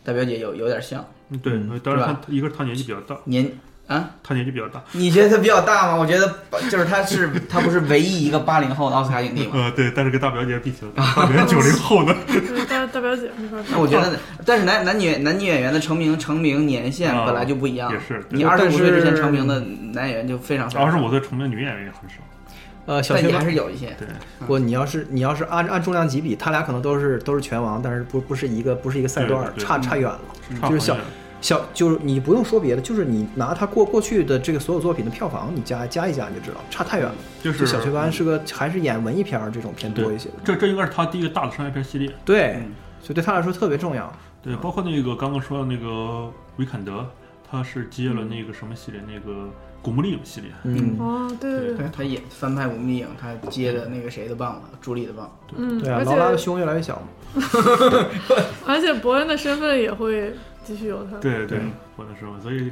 大表姐有有点像嗯，对，嗯当然是他一个是他年纪比较大，年啊。他年纪比较大，你觉得他比较大吗？我觉得就是他是他不是唯一一个八零后的奥斯卡影帝吗？呃，对，但是跟大表姐比起来，大表姐九零后 的，就是大大表姐没法那比。我觉得，但是男男女男女演员的成名成名年限啊本来就不一样也。是你对二十五岁但之是前成名的男演员就非常少，二十五岁成名女演员也很少，呃，小啊但学也还班是有一些。对，不，你要是你要是按按重量级比，他俩可能都是都是拳王，但是不不是一个不是一个赛段儿，对对差差远了。差就是很小远小就是你不用说别的，就是你拿他过过去的这个所有作品的票房，你加加一加你就知道，差太远了。就是小学班是个还是演文艺片儿这种偏多一些的，这这应该是他第一个大的商业片系列，对嗯，所以对他来说特别重要。对，包括那个刚刚说的那个维肯德，他是接了那个什么系列，那个古墓丽影系列，嗯，哦，对对对，对他也翻拍《武密影》，他接的那个谁的棒子，朱莉的棒子。嗯，对啊，而劳拉的且胸越来越小嘛。而且伯恩的身份也会继续有他。对对嗯，我的时候，所以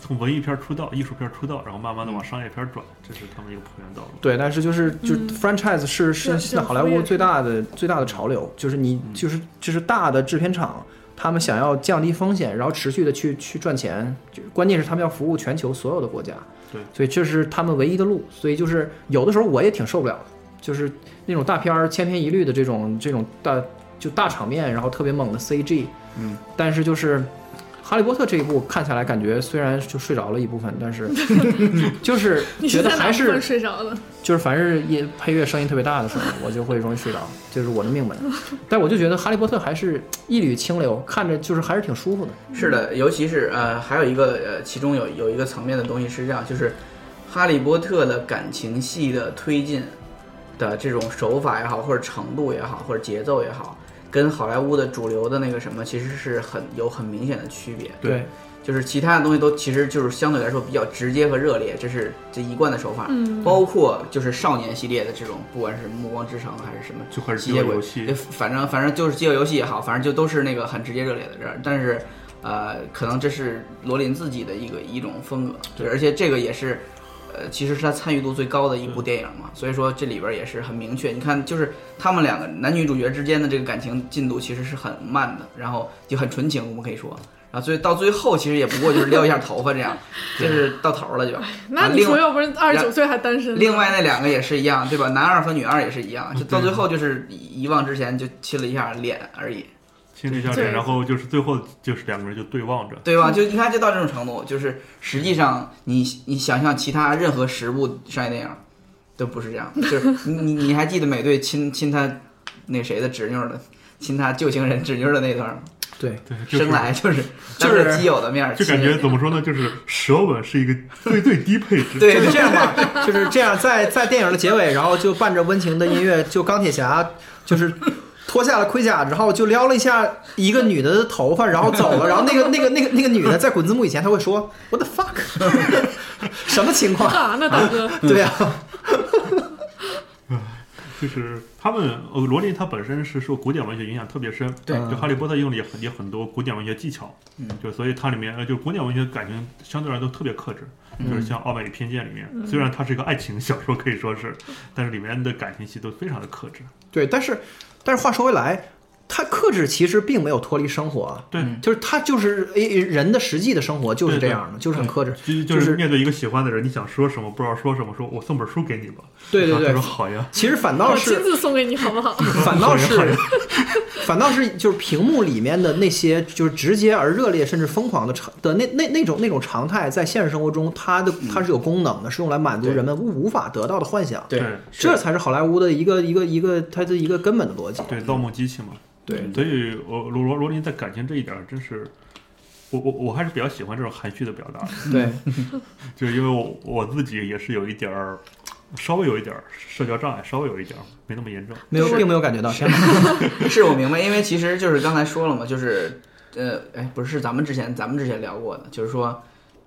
从文艺片出道，艺术片出道，然后慢慢的嗯往商业片转，这是他们一个普遍道路。对，但是就是就嗯 franchise 是是对现在就好莱服务坞业最大嗯的最大的潮流，就是你嗯就是就是大的制片厂，他们想要降低风险，然后持续的去去赚钱，就关键是他们要服务全球所有的国家，对，所以这是他们唯一的路，所以就是有的时候我也挺受不了的，就是那种大片儿千篇一律的这种这种大就大场面，然后特别猛的 CG，嗯，但是就是。哈利波特这一部看下来，感觉虽然就睡着了一部分，但是 就是你觉得在哪还部是分睡着了？就是凡是音配乐声音特别大的时候，我就会容易睡着，这是我的命门。但我就觉得《哈利波特》还是一缕清流，看着就是还是挺舒服的。是的，尤其是呃，还有一个呃，其中有有一个层面的东西是这样，就是《哈利波特》的感情戏的推进的这种手法也好，或者程度也好，或者节奏也好，跟好莱坞的主流的那个什么其实是很有很明显的区别。对，就是其他的东西都其实就是相对来说比较直接和热烈，这是这一贯的手法。嗯，包括就是少年系列的这种，不管是《暮光之城》还是什么就开始机进械入鬼游戏，反正反正就是饥饿游戏也好，反正就都是那个很直接热烈的这儿，但是。呃，可能这是罗琳自己的一个一种风格，对，而且这个也是，呃，其实是他参与度最高的一部电影嘛，所以说这里边也是很明确。你看，就是他们两个男女主角之间的这个感情进度其实是很慢的，然后就很纯情，我啊们可以说，然后最到最后其实也不过就是撩一下头发这样，就是到头了就。那你说要不然二十九岁还单身呢？另外那两个也是一样，对吧？男二和女二也是一样，就到最后就是遗忘之前就亲了一下脸而已，亲了一下对脸，然后就是最后就是两个人就对望着，对吧？就你看，就到这种程度，就是实际上你你想象其他任何十部商业电影都不是这样，就是你你你还记得美队亲亲他那谁的侄女儿的，亲他旧情人侄女儿的那段吗？对，对，就是生来就是当就是着基友的面儿就亲感人家，觉怎么说呢，就是舌吻是一个最最低配置，对，就这 样吧，就是这样，在在电影的结尾，然后就伴着温情的音乐，就钢铁侠就是脱下了盔甲，然后就撩了一下一个女的的头发，然后走了。然后那个那个那个那个女的在滚字幕以前，她会说 “What the fuck”，什 么情干况？啥呢，大哥？对啊， 就是他们呃，罗琳她本身是受古典文学影响特别深，对就《哈利波特》用了也很也很多古典文学技巧，嗯，就所以它里面呃，就古典文学感情相对来说都特别克制，嗯就是像《傲慢与偏见》里面，虽然它是一个爱情小说可以说是，但是里面的感情戏都非常的克制，对，但是但是话说回来，他克制其实并没有脱离生活啊。对，嗯就是他就是诶人的实际的生活就是这样的，就是很克制。就就是是面对一个喜欢的人，你想说什么不知道说什么，说我送本书给你吧，对对然后对他说，好呀，其实反倒 我亲是自送给你好不好？反倒是好呀反倒是就是屏幕里面的那些就是直接而热烈甚至疯狂的常的那那那种那种常态，在现实生活中它的它是有功能的，是用来满足对人们无无法得到的幻想。对对，是这才是好莱坞的一个一个一个它的一个根本的逻辑。对，《盗梦机器》嘛，对所以我罗罗罗琳在感情这一点儿真是。我我我还是比较喜欢这种含蓄的表达的，对，就是因为我我自己也是有一点儿，稍微有一点儿社交障碍，稍微有一点儿，没那么严重。没有是并没有感觉到，天哪 是我明白，因为其实就是刚才说了嘛，就是呃，哎，不是是咱们之前咱们之前聊过的，就是说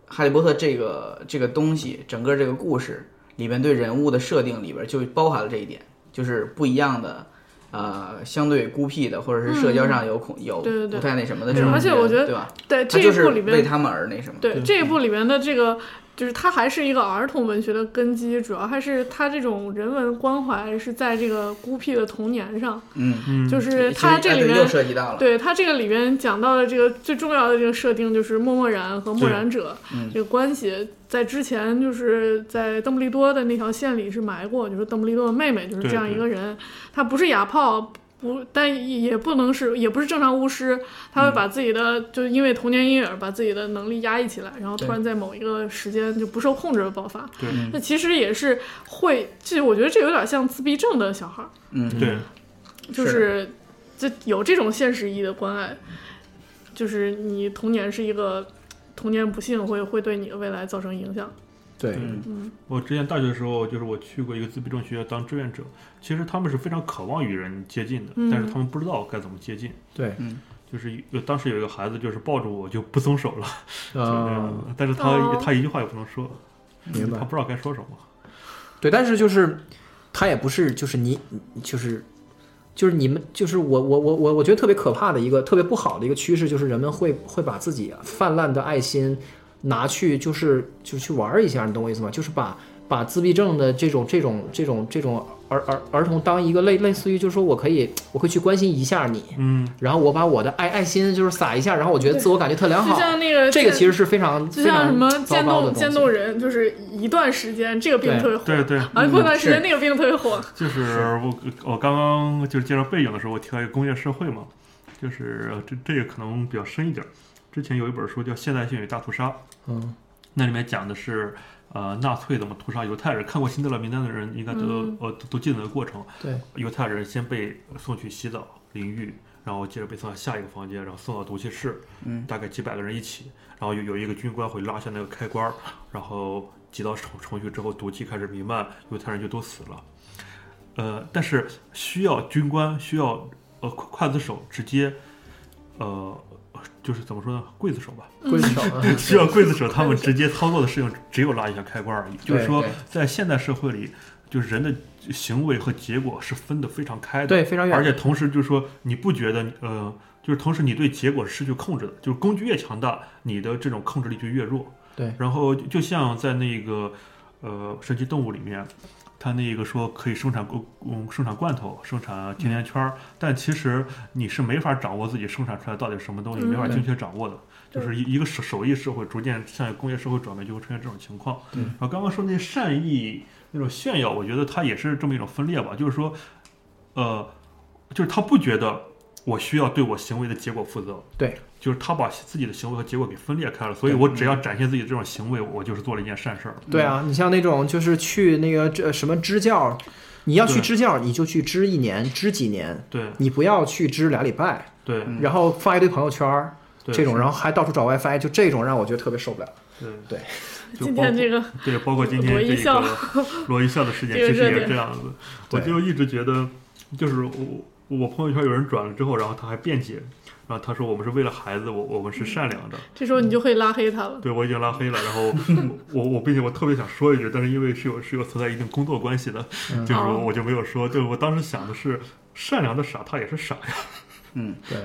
《哈利波特》这个这个东西，整个这个故事里面对人物的设定里边就包含了这一点，就是不一样的。呃，相对孤僻的，或者是社交上有恐、有对对对不太那什么的对这种人，而且我觉得对吧？对他这一啊就是部里为面，他们而那什么，对这一部里面的这个就是它还是一个儿童文学的根基，主要还是它这种人文关怀是在这个孤僻的童年上，嗯，嗯，就是其实它啊这对里面又涉及到了，对他这个里边讲到的这个最重要的这个设定就是默默然和默然者嗯这个关系，在之前就是在邓布利多的那条线里是埋过，就是邓布利多的妹妹就是对这样一对个人，他不是哑炮。不，但也也不能是，也不是正常巫师，他会嗯把自己的，就是因为童年阴影，把自己的能力压抑起来，然后突对然在某一个时间就不受控制的爆发。对嗯那其实也是会，这我觉得这有点像自闭症的小孩儿，嗯，对，就是是这有这种现实意义的关爱，就是你童年是一个童年不幸会会对你的未来造成影响。对，嗯我之前大学的时候，就是我去过一个自闭症学校当志愿者，其实他们是非常渴望与人接近的，嗯但是他们不知道该怎么接近。对，就是有当时有一个孩子，就是抱住我就不松手了，就那样嗯，的但是他、哦他一句话也不能说，明白他。不知道该说什么。对，但是就是他也不是，就是你，就是就是你们，就是我我我我我觉得特别可怕的一个特别不好的一个趋势，就是人们会会把自己泛滥的爱心拿去就是就去玩儿一下，你懂我意思吗？就是把把自闭症的这种这种这种这种儿儿儿童当一个类类似于，就是说我可以我会去关心一下你，嗯，然后我把我的爱爱心就是撒一下，然后我觉得自我感觉特良就好。像那个这个渐其实是非常就非像常什么糟渐糕的冻东渐西。冻人，就是一段时间这个病对特别火，对对，完了嗯过段时间是那个病特别火。就是我我刚刚就是介绍背景的时候，我提到一个工业社会嘛，就是呃这这个可能比较深一点儿。之前有一本书叫《现代性与大屠杀》，嗯，那里面讲的是，呃，纳粹怎么屠杀犹太人。看过《辛德勒名单》的人应该都、嗯呃都都记得那个过程。对，犹太人先被送去洗澡淋浴，然后接着被送到下一个房间，然后送到毒气室，嗯，大概几百个人一起，然后有有一个军官会拉下那个开关儿，然后挤到程程序之后，毒气开始弥漫，犹太人就都死了。呃，但是需要军官需要呃刽子手直接，呃，就是怎么说呢，刽子手吧，跪手啊，需要刽子手他们直接操作的事情，只有拉一下开关而已。就是说对，在现代社会里，就是人的行为和结果是分得非常开 的。对非常远而且同时就是说，你不觉得你呃，就是同时你对结果是失去控制的，就是工具越强大，你的这种控制力就越弱。对然后就就像在那个呃神奇动物里面，它那个说可以生产罐嗯生产罐头、生产甜甜圈嗯儿，但其实你是没法掌握自己生产出来到底是什么东西，嗯没法对精确掌握的。就是一一个手手艺社会逐渐向工业社会转变，就会出现这种情况。对然后刚刚说那善意那种炫耀，我觉得它也是这么一种分裂吧，就是说，呃，就是他不觉得我需要对我行为的结果负责，对，就是他把自己的行为和结果给分裂开了，所以对嗯我只要展现自己的这种行为，我就是做了一件善事儿。对啊，你像那种就是去那个这什么支教，你要去对支教，你就去支一年、支几年，对你不要去支俩礼拜，对嗯然后发一堆朋友圈儿对，这种，然后还到处找 WiFi，就这种让我觉得特别受不了。对对，就今包括天这个对，包括今天罗一这笑个罗一笑 的事件，这个其实热也是点这样子。我对就一直觉得，就是我我朋友圈有人转了之后，然后他还辩解，然后他说我们是为了孩子，我我们是善良的。这时候你嗯就会拉黑他了。对我已经拉黑了，然后我我并且我特别想说一句，但是因为是有是有存在一定工作关系的，嗯就是哦我我就没有说。对我当时想的是，善良的傻他也是傻呀。对，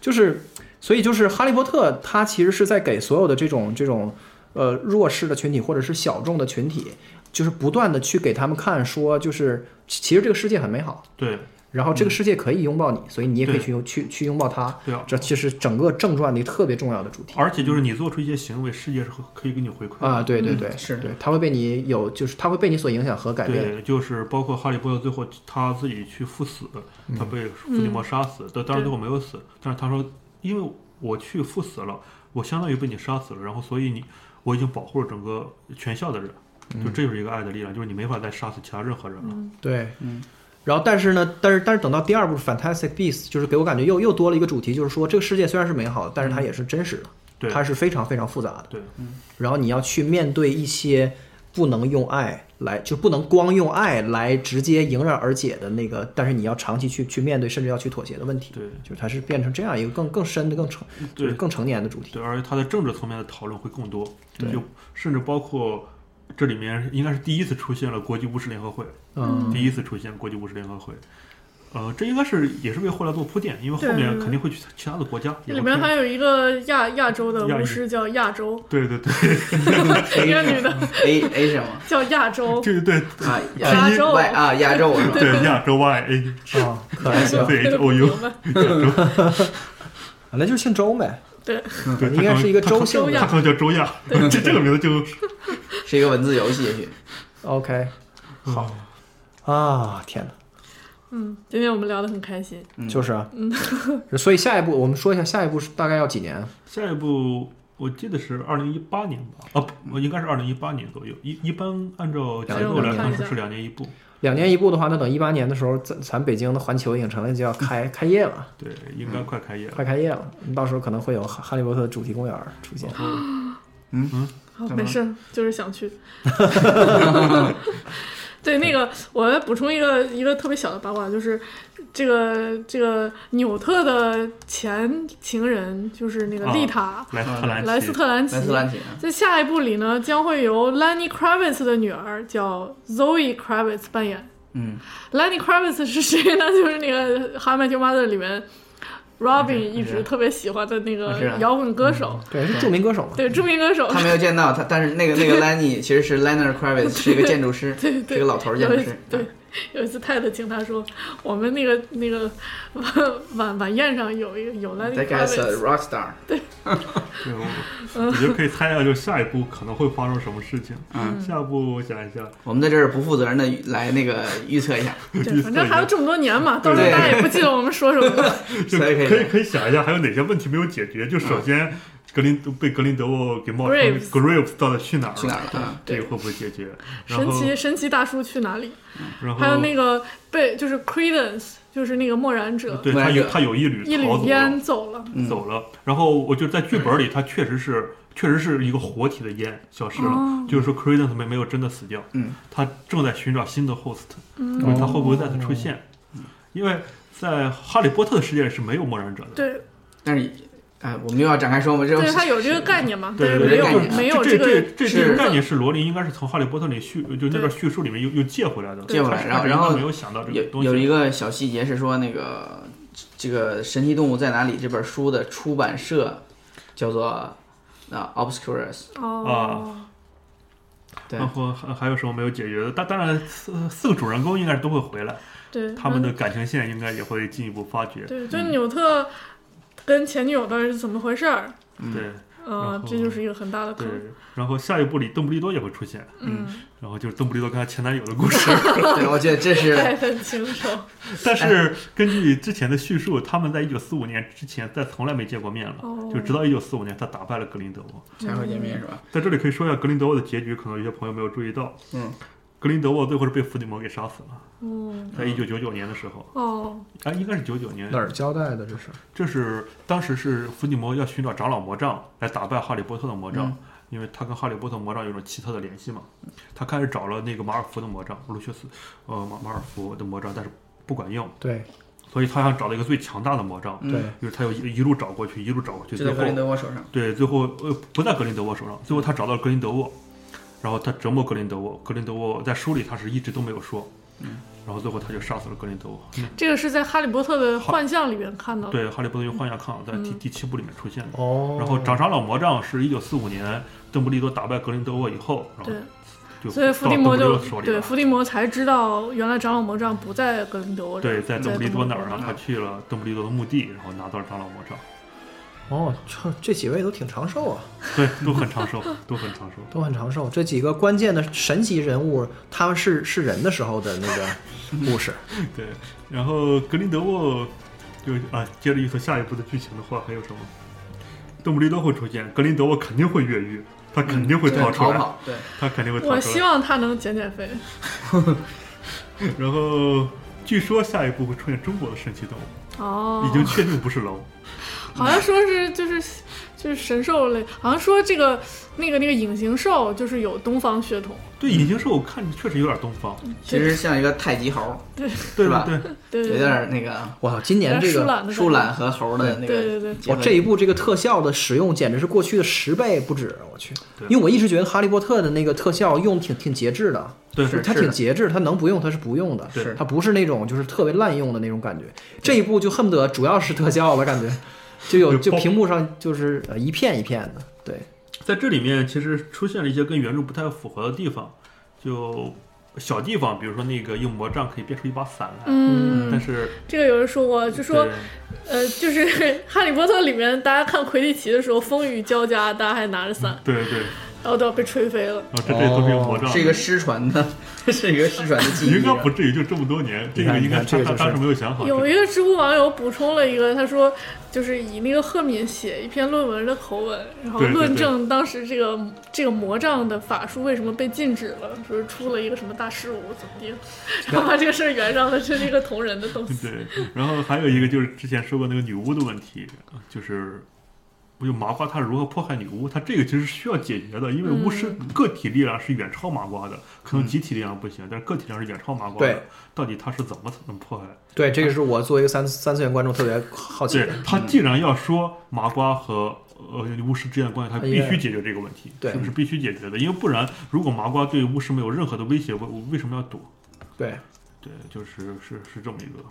就是，所以就是《哈利波特》，它其实是在给所有的这种这种呃弱势的群体或者是小众的群体，就是不断的去给他们看，说就是其其实这个世界很美好，对然后这个世界可以拥抱你，所以你也可以嗯对去拥去去拥抱它。对啊，这其实整个正传里特别重要的主题。而且就是你做出一些行为，世界是可以给你回馈的啊，对对对，是对，它会被你有，就是它会被你所影响和改变。对，就是包括哈利波特最后他自己去赴死，嗯他被伏地魔杀死，但、当然最后没有死，但是他说，因为我去赴死了，我相当于被你杀死了，然后所以你我已经保护了整个全校的人，嗯就这就是一个爱的力量，就是你没法再杀死其他任何人了。对，嗯。然后，但是呢，但是但是等到第二部《Fantastic Beasts》，就是给我感觉又又多了一个主题，就是说这个世界虽然是美好的，但是它也是真实的，对它是非常非常复杂的。对，然后你要去面对一些不能用爱来，就不能光用爱来直接迎刃而解的那个，但是你要长期去去面对，甚至要去妥协的问题。对就是它是变成这样一个更更深的、更成就是对更成年的主题。对，而且他在政治层面的讨论会更多，就甚至包括这里面应该是第一次出现了国际巫师联合会，嗯，第一次出现国际巫师联合会，呃，这应该是也是为后来做铺垫，因为后面肯定会去其他的国家。也里会面看还有一个亚亚洲的巫师叫亚洲，对对 对一个女嗯的 A A 什么叫亚洲，对对啊？亚亚洲 Y 啊，亚洲是吧？对，亚洲 Y A 啊，可还 行，对 H 不 O 明 U，白啊那就姓周呗，对，应该是一个个周姓周的他。可能叫周亚， 这这个名字就是 一个文字游戏，也许 OK，好。啊，天哪，嗯，今天我们聊得很开心，嗯就是啊， 所以下一步我们说一下，下一步是大概要几年？下一步我记得是二零一八年吧，啊，不，应该是二零一八年左右。一一般按照节奏来看是是两年一部，两年一部的话，那等一八年的时候，咱咱北京的环球影城了就要 开开业了，对，应该快开业了。快开业了，到时候可能会有哈哈利波特主题公园出现。哦好，怎么哦没事，就是想 去。对，那个我来补充一个一个特别小的八卦，就是这个这个纽特的前情人就是那个啊丽塔、莱斯特兰莱斯奇，特兰奇莱。斯兰奇啊，在下一部里呢，将会由 Lenny Kravitz 的女儿叫 Zoe Kravitz 扮演。嗯， Lenny Kravitz 是谁呢？ 就是那个《How I Met Your Mother》里面 Robin 一我知直道特别喜欢的那我个知道摇滚歌手，对，是著名歌手嘛？对，著名歌手。啊嗯 他没有见到他，但是那个那个 Lenny 其实是 Leonard Kravitz，是一个建筑师，对对是个老头儿建有筑一师，啊对， 有一次泰德请他说，我们那个那个晚晚宴上有一个有 Lenny That guy's a Kravitz， rock star。对，我我觉得可以猜到，就下一步可能会发生什么事情。嗯，下一步我想一下，我们在这儿不负责任的来那个预测 一下，对，反正还有这么多年嘛，到对时候大家也不记得我们说什么了。就所以可以嗯可以可以想一下还有哪些问题没有解决。就首先，格林被格林德沃给冒充 Graves Graves 到底去哪儿去哪儿了嗯这个会不会解决？ 然神后奇神奇大叔去哪里？然后还有那个被就是 Credence，就是那个默然者，对他有他有一缕一逃缕走了烟走了。嗯走了。然后我就在剧本里，他确实是确实是一个活体的烟消失哦了，就是说 Credence 没没有真的死掉，嗯，他正在寻找新的 host，就是嗯哦他会不会再次出现？嗯因为在哈利波特的世界里是没有默然者的。对，但是，哎，我们又要展开说嘛，这对他有这个概念嘛？对但是对，没这个概有念没有这这个这是这个概念是罗琳应该是从《哈利波特》里叙，就那对边叙述里面又又借回来的。借回来他是然后他是应该然后没有想到这有个东有一西。个小细节是说，那个这个《神奇动物在哪里》这本书的出版社叫做啊 Obscurus，啊哦，对然后还还有什么没有解决的？但当然，四四个主人公应该是都会回来，对，他们的感情线应该也会进一步发掘。对，就纽特跟前女友到底是怎么回事儿？对，然嗯后，这就是一个很大的对坑。，然后下一部里邓布利多也会出现，嗯，然后就是邓布利多跟他前男友的故事。对，我觉得这是嗯太分清楚。 但是根据之前的叙述，他们在一九四五年之前再从来没见过面了，哦就直到一九四五年他打败了格林德沃。才会见面是吧？在这里可以说一下格林德沃的结局，可能有些朋友没有注意到，嗯，格林德沃最后是被伏地魔给杀死了，嗯，在一九九九年的时候，哦，啊，应该是九九年哪，儿交代的这是？这是当时是伏地魔要寻找长老魔杖来打败哈利波特的魔杖，嗯因为他跟哈利波特魔杖有种奇特的联系嘛。他开始找了那个马尔福的魔杖，卢修斯，呃，马马尔福的魔杖，但是不管用，对所以他想找到一个最强大的魔杖，嗯对，就是他又一一路找过去，一路找过去，就最在格林后德沃手上。对最后呃不在格林德沃手嗯上，最后他找到了格林德沃，然后他折磨格林德沃，格林德沃在书里他是一直都没有说，嗯然后最后他就杀死了格林德沃。这个是在《哈利波特》的幻象里面看到的。对，哈利波特用幻象抗嗯在第第七部里面出现的。哦然后长长老魔杖是一九四五年邓布利多打败格林德沃以后，然后对，就所以伏地魔到邓布就利多手里对了。伏地魔才知道，原来长老魔杖不在格林德沃这儿。对，在邓布利多那儿，然后嗯那他去了邓布利多的墓地，然后拿到了长老魔杖。哦，这这几位都挺长寿啊，对，都很 长寿，都很长寿。都很长寿。这几个关键的神级人物，他们是是人的时候的那个故事。对，然后格林德沃就啊，接着预测下一步的剧情的话，还有什么？邓布利多会出现，格林德沃肯定会越狱，他肯定会嗯对逃出来，跑，对，他肯定会逃出来。我希望他能减减肥。然后据说下一步会出现中国的神奇动物，哦， 已经确定不是龙。好像说是就是就是神兽类，好像说这个那个那个隐形兽就是有东方血统，对，嗯隐形兽我看着确实有点东方，其实像一个太极猴，对是吧对，对有对点那个哇，今有年点这疏个懒的感觉树懒和猴的那对个对对结我合哦这一部这个特效的使用简直是过去的十倍不止，啊我去！对因为我一直觉得《哈利波特》的那个特效用挺挺节制的，对是它的挺节制，它能不用它是不用的，对它不是那种就是特别滥用的那种感觉。这一部就恨不得主要是特效了，感觉就有对就包屏幕上就是呃一片一片的，对，在这里面其实出现了一些跟原著不太符合的地方，就小地方，比如说那个用魔杖可以变出一把伞来，嗯，但是这个有人说过，就说对呃，就是 《哈利波特》里面，大家看魁地奇的时候，风雨交加，大家还拿着伞，对对对，然后都要被吹飞了。然啊后这这都是用魔哦杖，是一个失传的， 是一个失传的啊技艺。应该不至于就这么多年，这你个看应该你看这他个就是他当时没有想好，有这一个知乎网友补充了一个，他说就是以那个赫敏写一篇论文的口吻，然后对对论证当时这个这个魔杖的法术为什么被禁止了，说是出了一个什么大事故怎么地，然后把这个事儿圆上了，这是一个同人的东西。对，然后还有一个就是之前说过那个女巫的问题，就是我就麻瓜他如何迫害女巫，他这个其实是需要解决的，因为巫嗯师个体力量是远超麻瓜的，可嗯能集体力量不行，但是个体力量是远超麻瓜的对。到底他是怎么能迫害？对，这个是我作为一个三三次元观众特别好奇的对。他既然要说麻瓜和呃巫师之间的关系，他哎必呀须解决这个问题，对是不是必须解决的？因为不然，如果麻瓜对巫师没有任何的威胁，我我为什么要赌？对对，就是是是这么一个。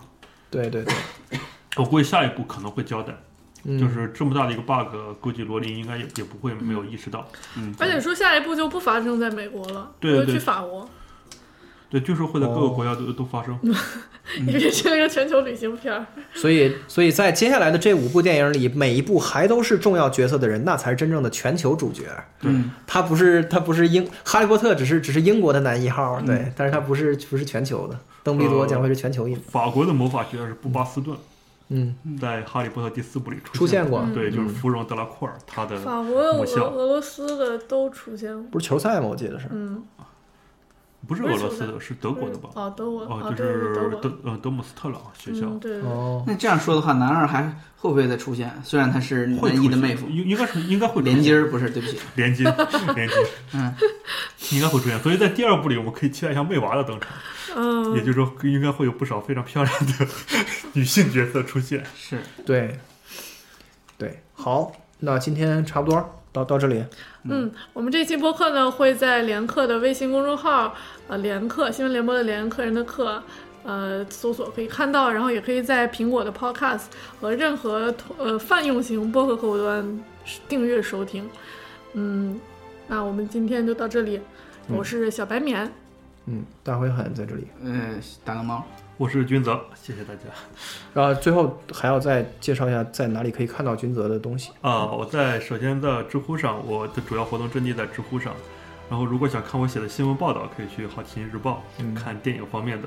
对对对，我估计下一步可能会交代，嗯就是这么大的一个 bug，估计罗琳应该也也不会没有意识到。而且说下一步就不发生在美国了，对对会去法国，对，据说会在各个哦国家都、都发生。嗯 也变成了一个全球旅行片儿。所以所以在接下来的这五部电影里，每一部还都是重要角色的人，那才是真正的全球主角。对嗯，他不是他不是英哈利波特，只是只是英国的男一号，对，嗯但是他不是不是全球的，邓布利多将会是全球一，法国的魔法学家是布巴斯顿，嗯，在《哈利波特》第四部里出现现过，过。对，就嗯是芙蓉德拉库尔，他的法国、俄母校俄罗斯的都出现过，不是球赛吗？我记得是，嗯，不是俄罗斯的，是德国的吧？哦，德国，哦，哦，就对是对德国，德呃德姆斯特朗学校嗯，对，哦，那这样说的话，男二还会不会再出现？虽然他是会出男一现的妹夫，应应该是应该会出现连筋儿不是，对不起，连襟连襟，嗯，应该会出现。所以在第二部里，我们可以期待一下妹娃的登场，嗯，也就是说应该会有不少非常漂亮的 女性角色出现。是对，对，好，那今天差不多到到这里，嗯，我们这期播客呢会在联客的微信公众号，呃，联客新闻联播的联客人的客，呃，搜索可以看到，然后也可以在苹果的 Podcast 和任何呃泛用型播客客户端订阅收听。嗯，那我们今天就到这里，我是小白棉，嗯，大灰很在这里，呃，打个猫，我是君泽，谢谢大家。然后最后还要再介绍一下在哪里可以看到君泽的东西，啊，我在首先在知乎上，我的主要活动阵地在知乎上。然后，如果想看我写的新闻报道，可以去《好奇心日报》嗯看电影方面的。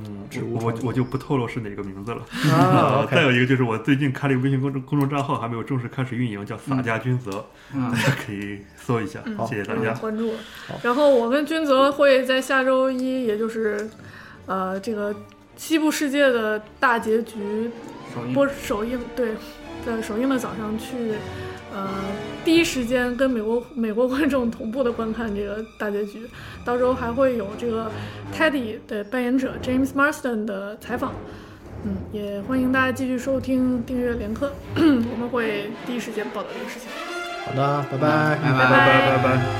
嗯知，乎我我上我就不透露是哪个名字了。啊再，OK，有一个就是我最近开了一个微信公众公众账号，还没有正式开始运营，叫“洒家君泽”， 嗯大，家可以搜一下。嗯谢谢大然后家。关注好。然后我跟君泽会在下周一，也就是，呃，这个西部世界的大结局首映播首映，对，在首映的早上去，呃，第一时间跟美国美国观众同步的观看这个大结局。到时候还会有这个 Teddy 的扮演者 James Marston 的采访。嗯，也欢迎大家继续收听订阅连 课，我们会第一时间报道这个事情。好的，拜拜拜拜拜拜。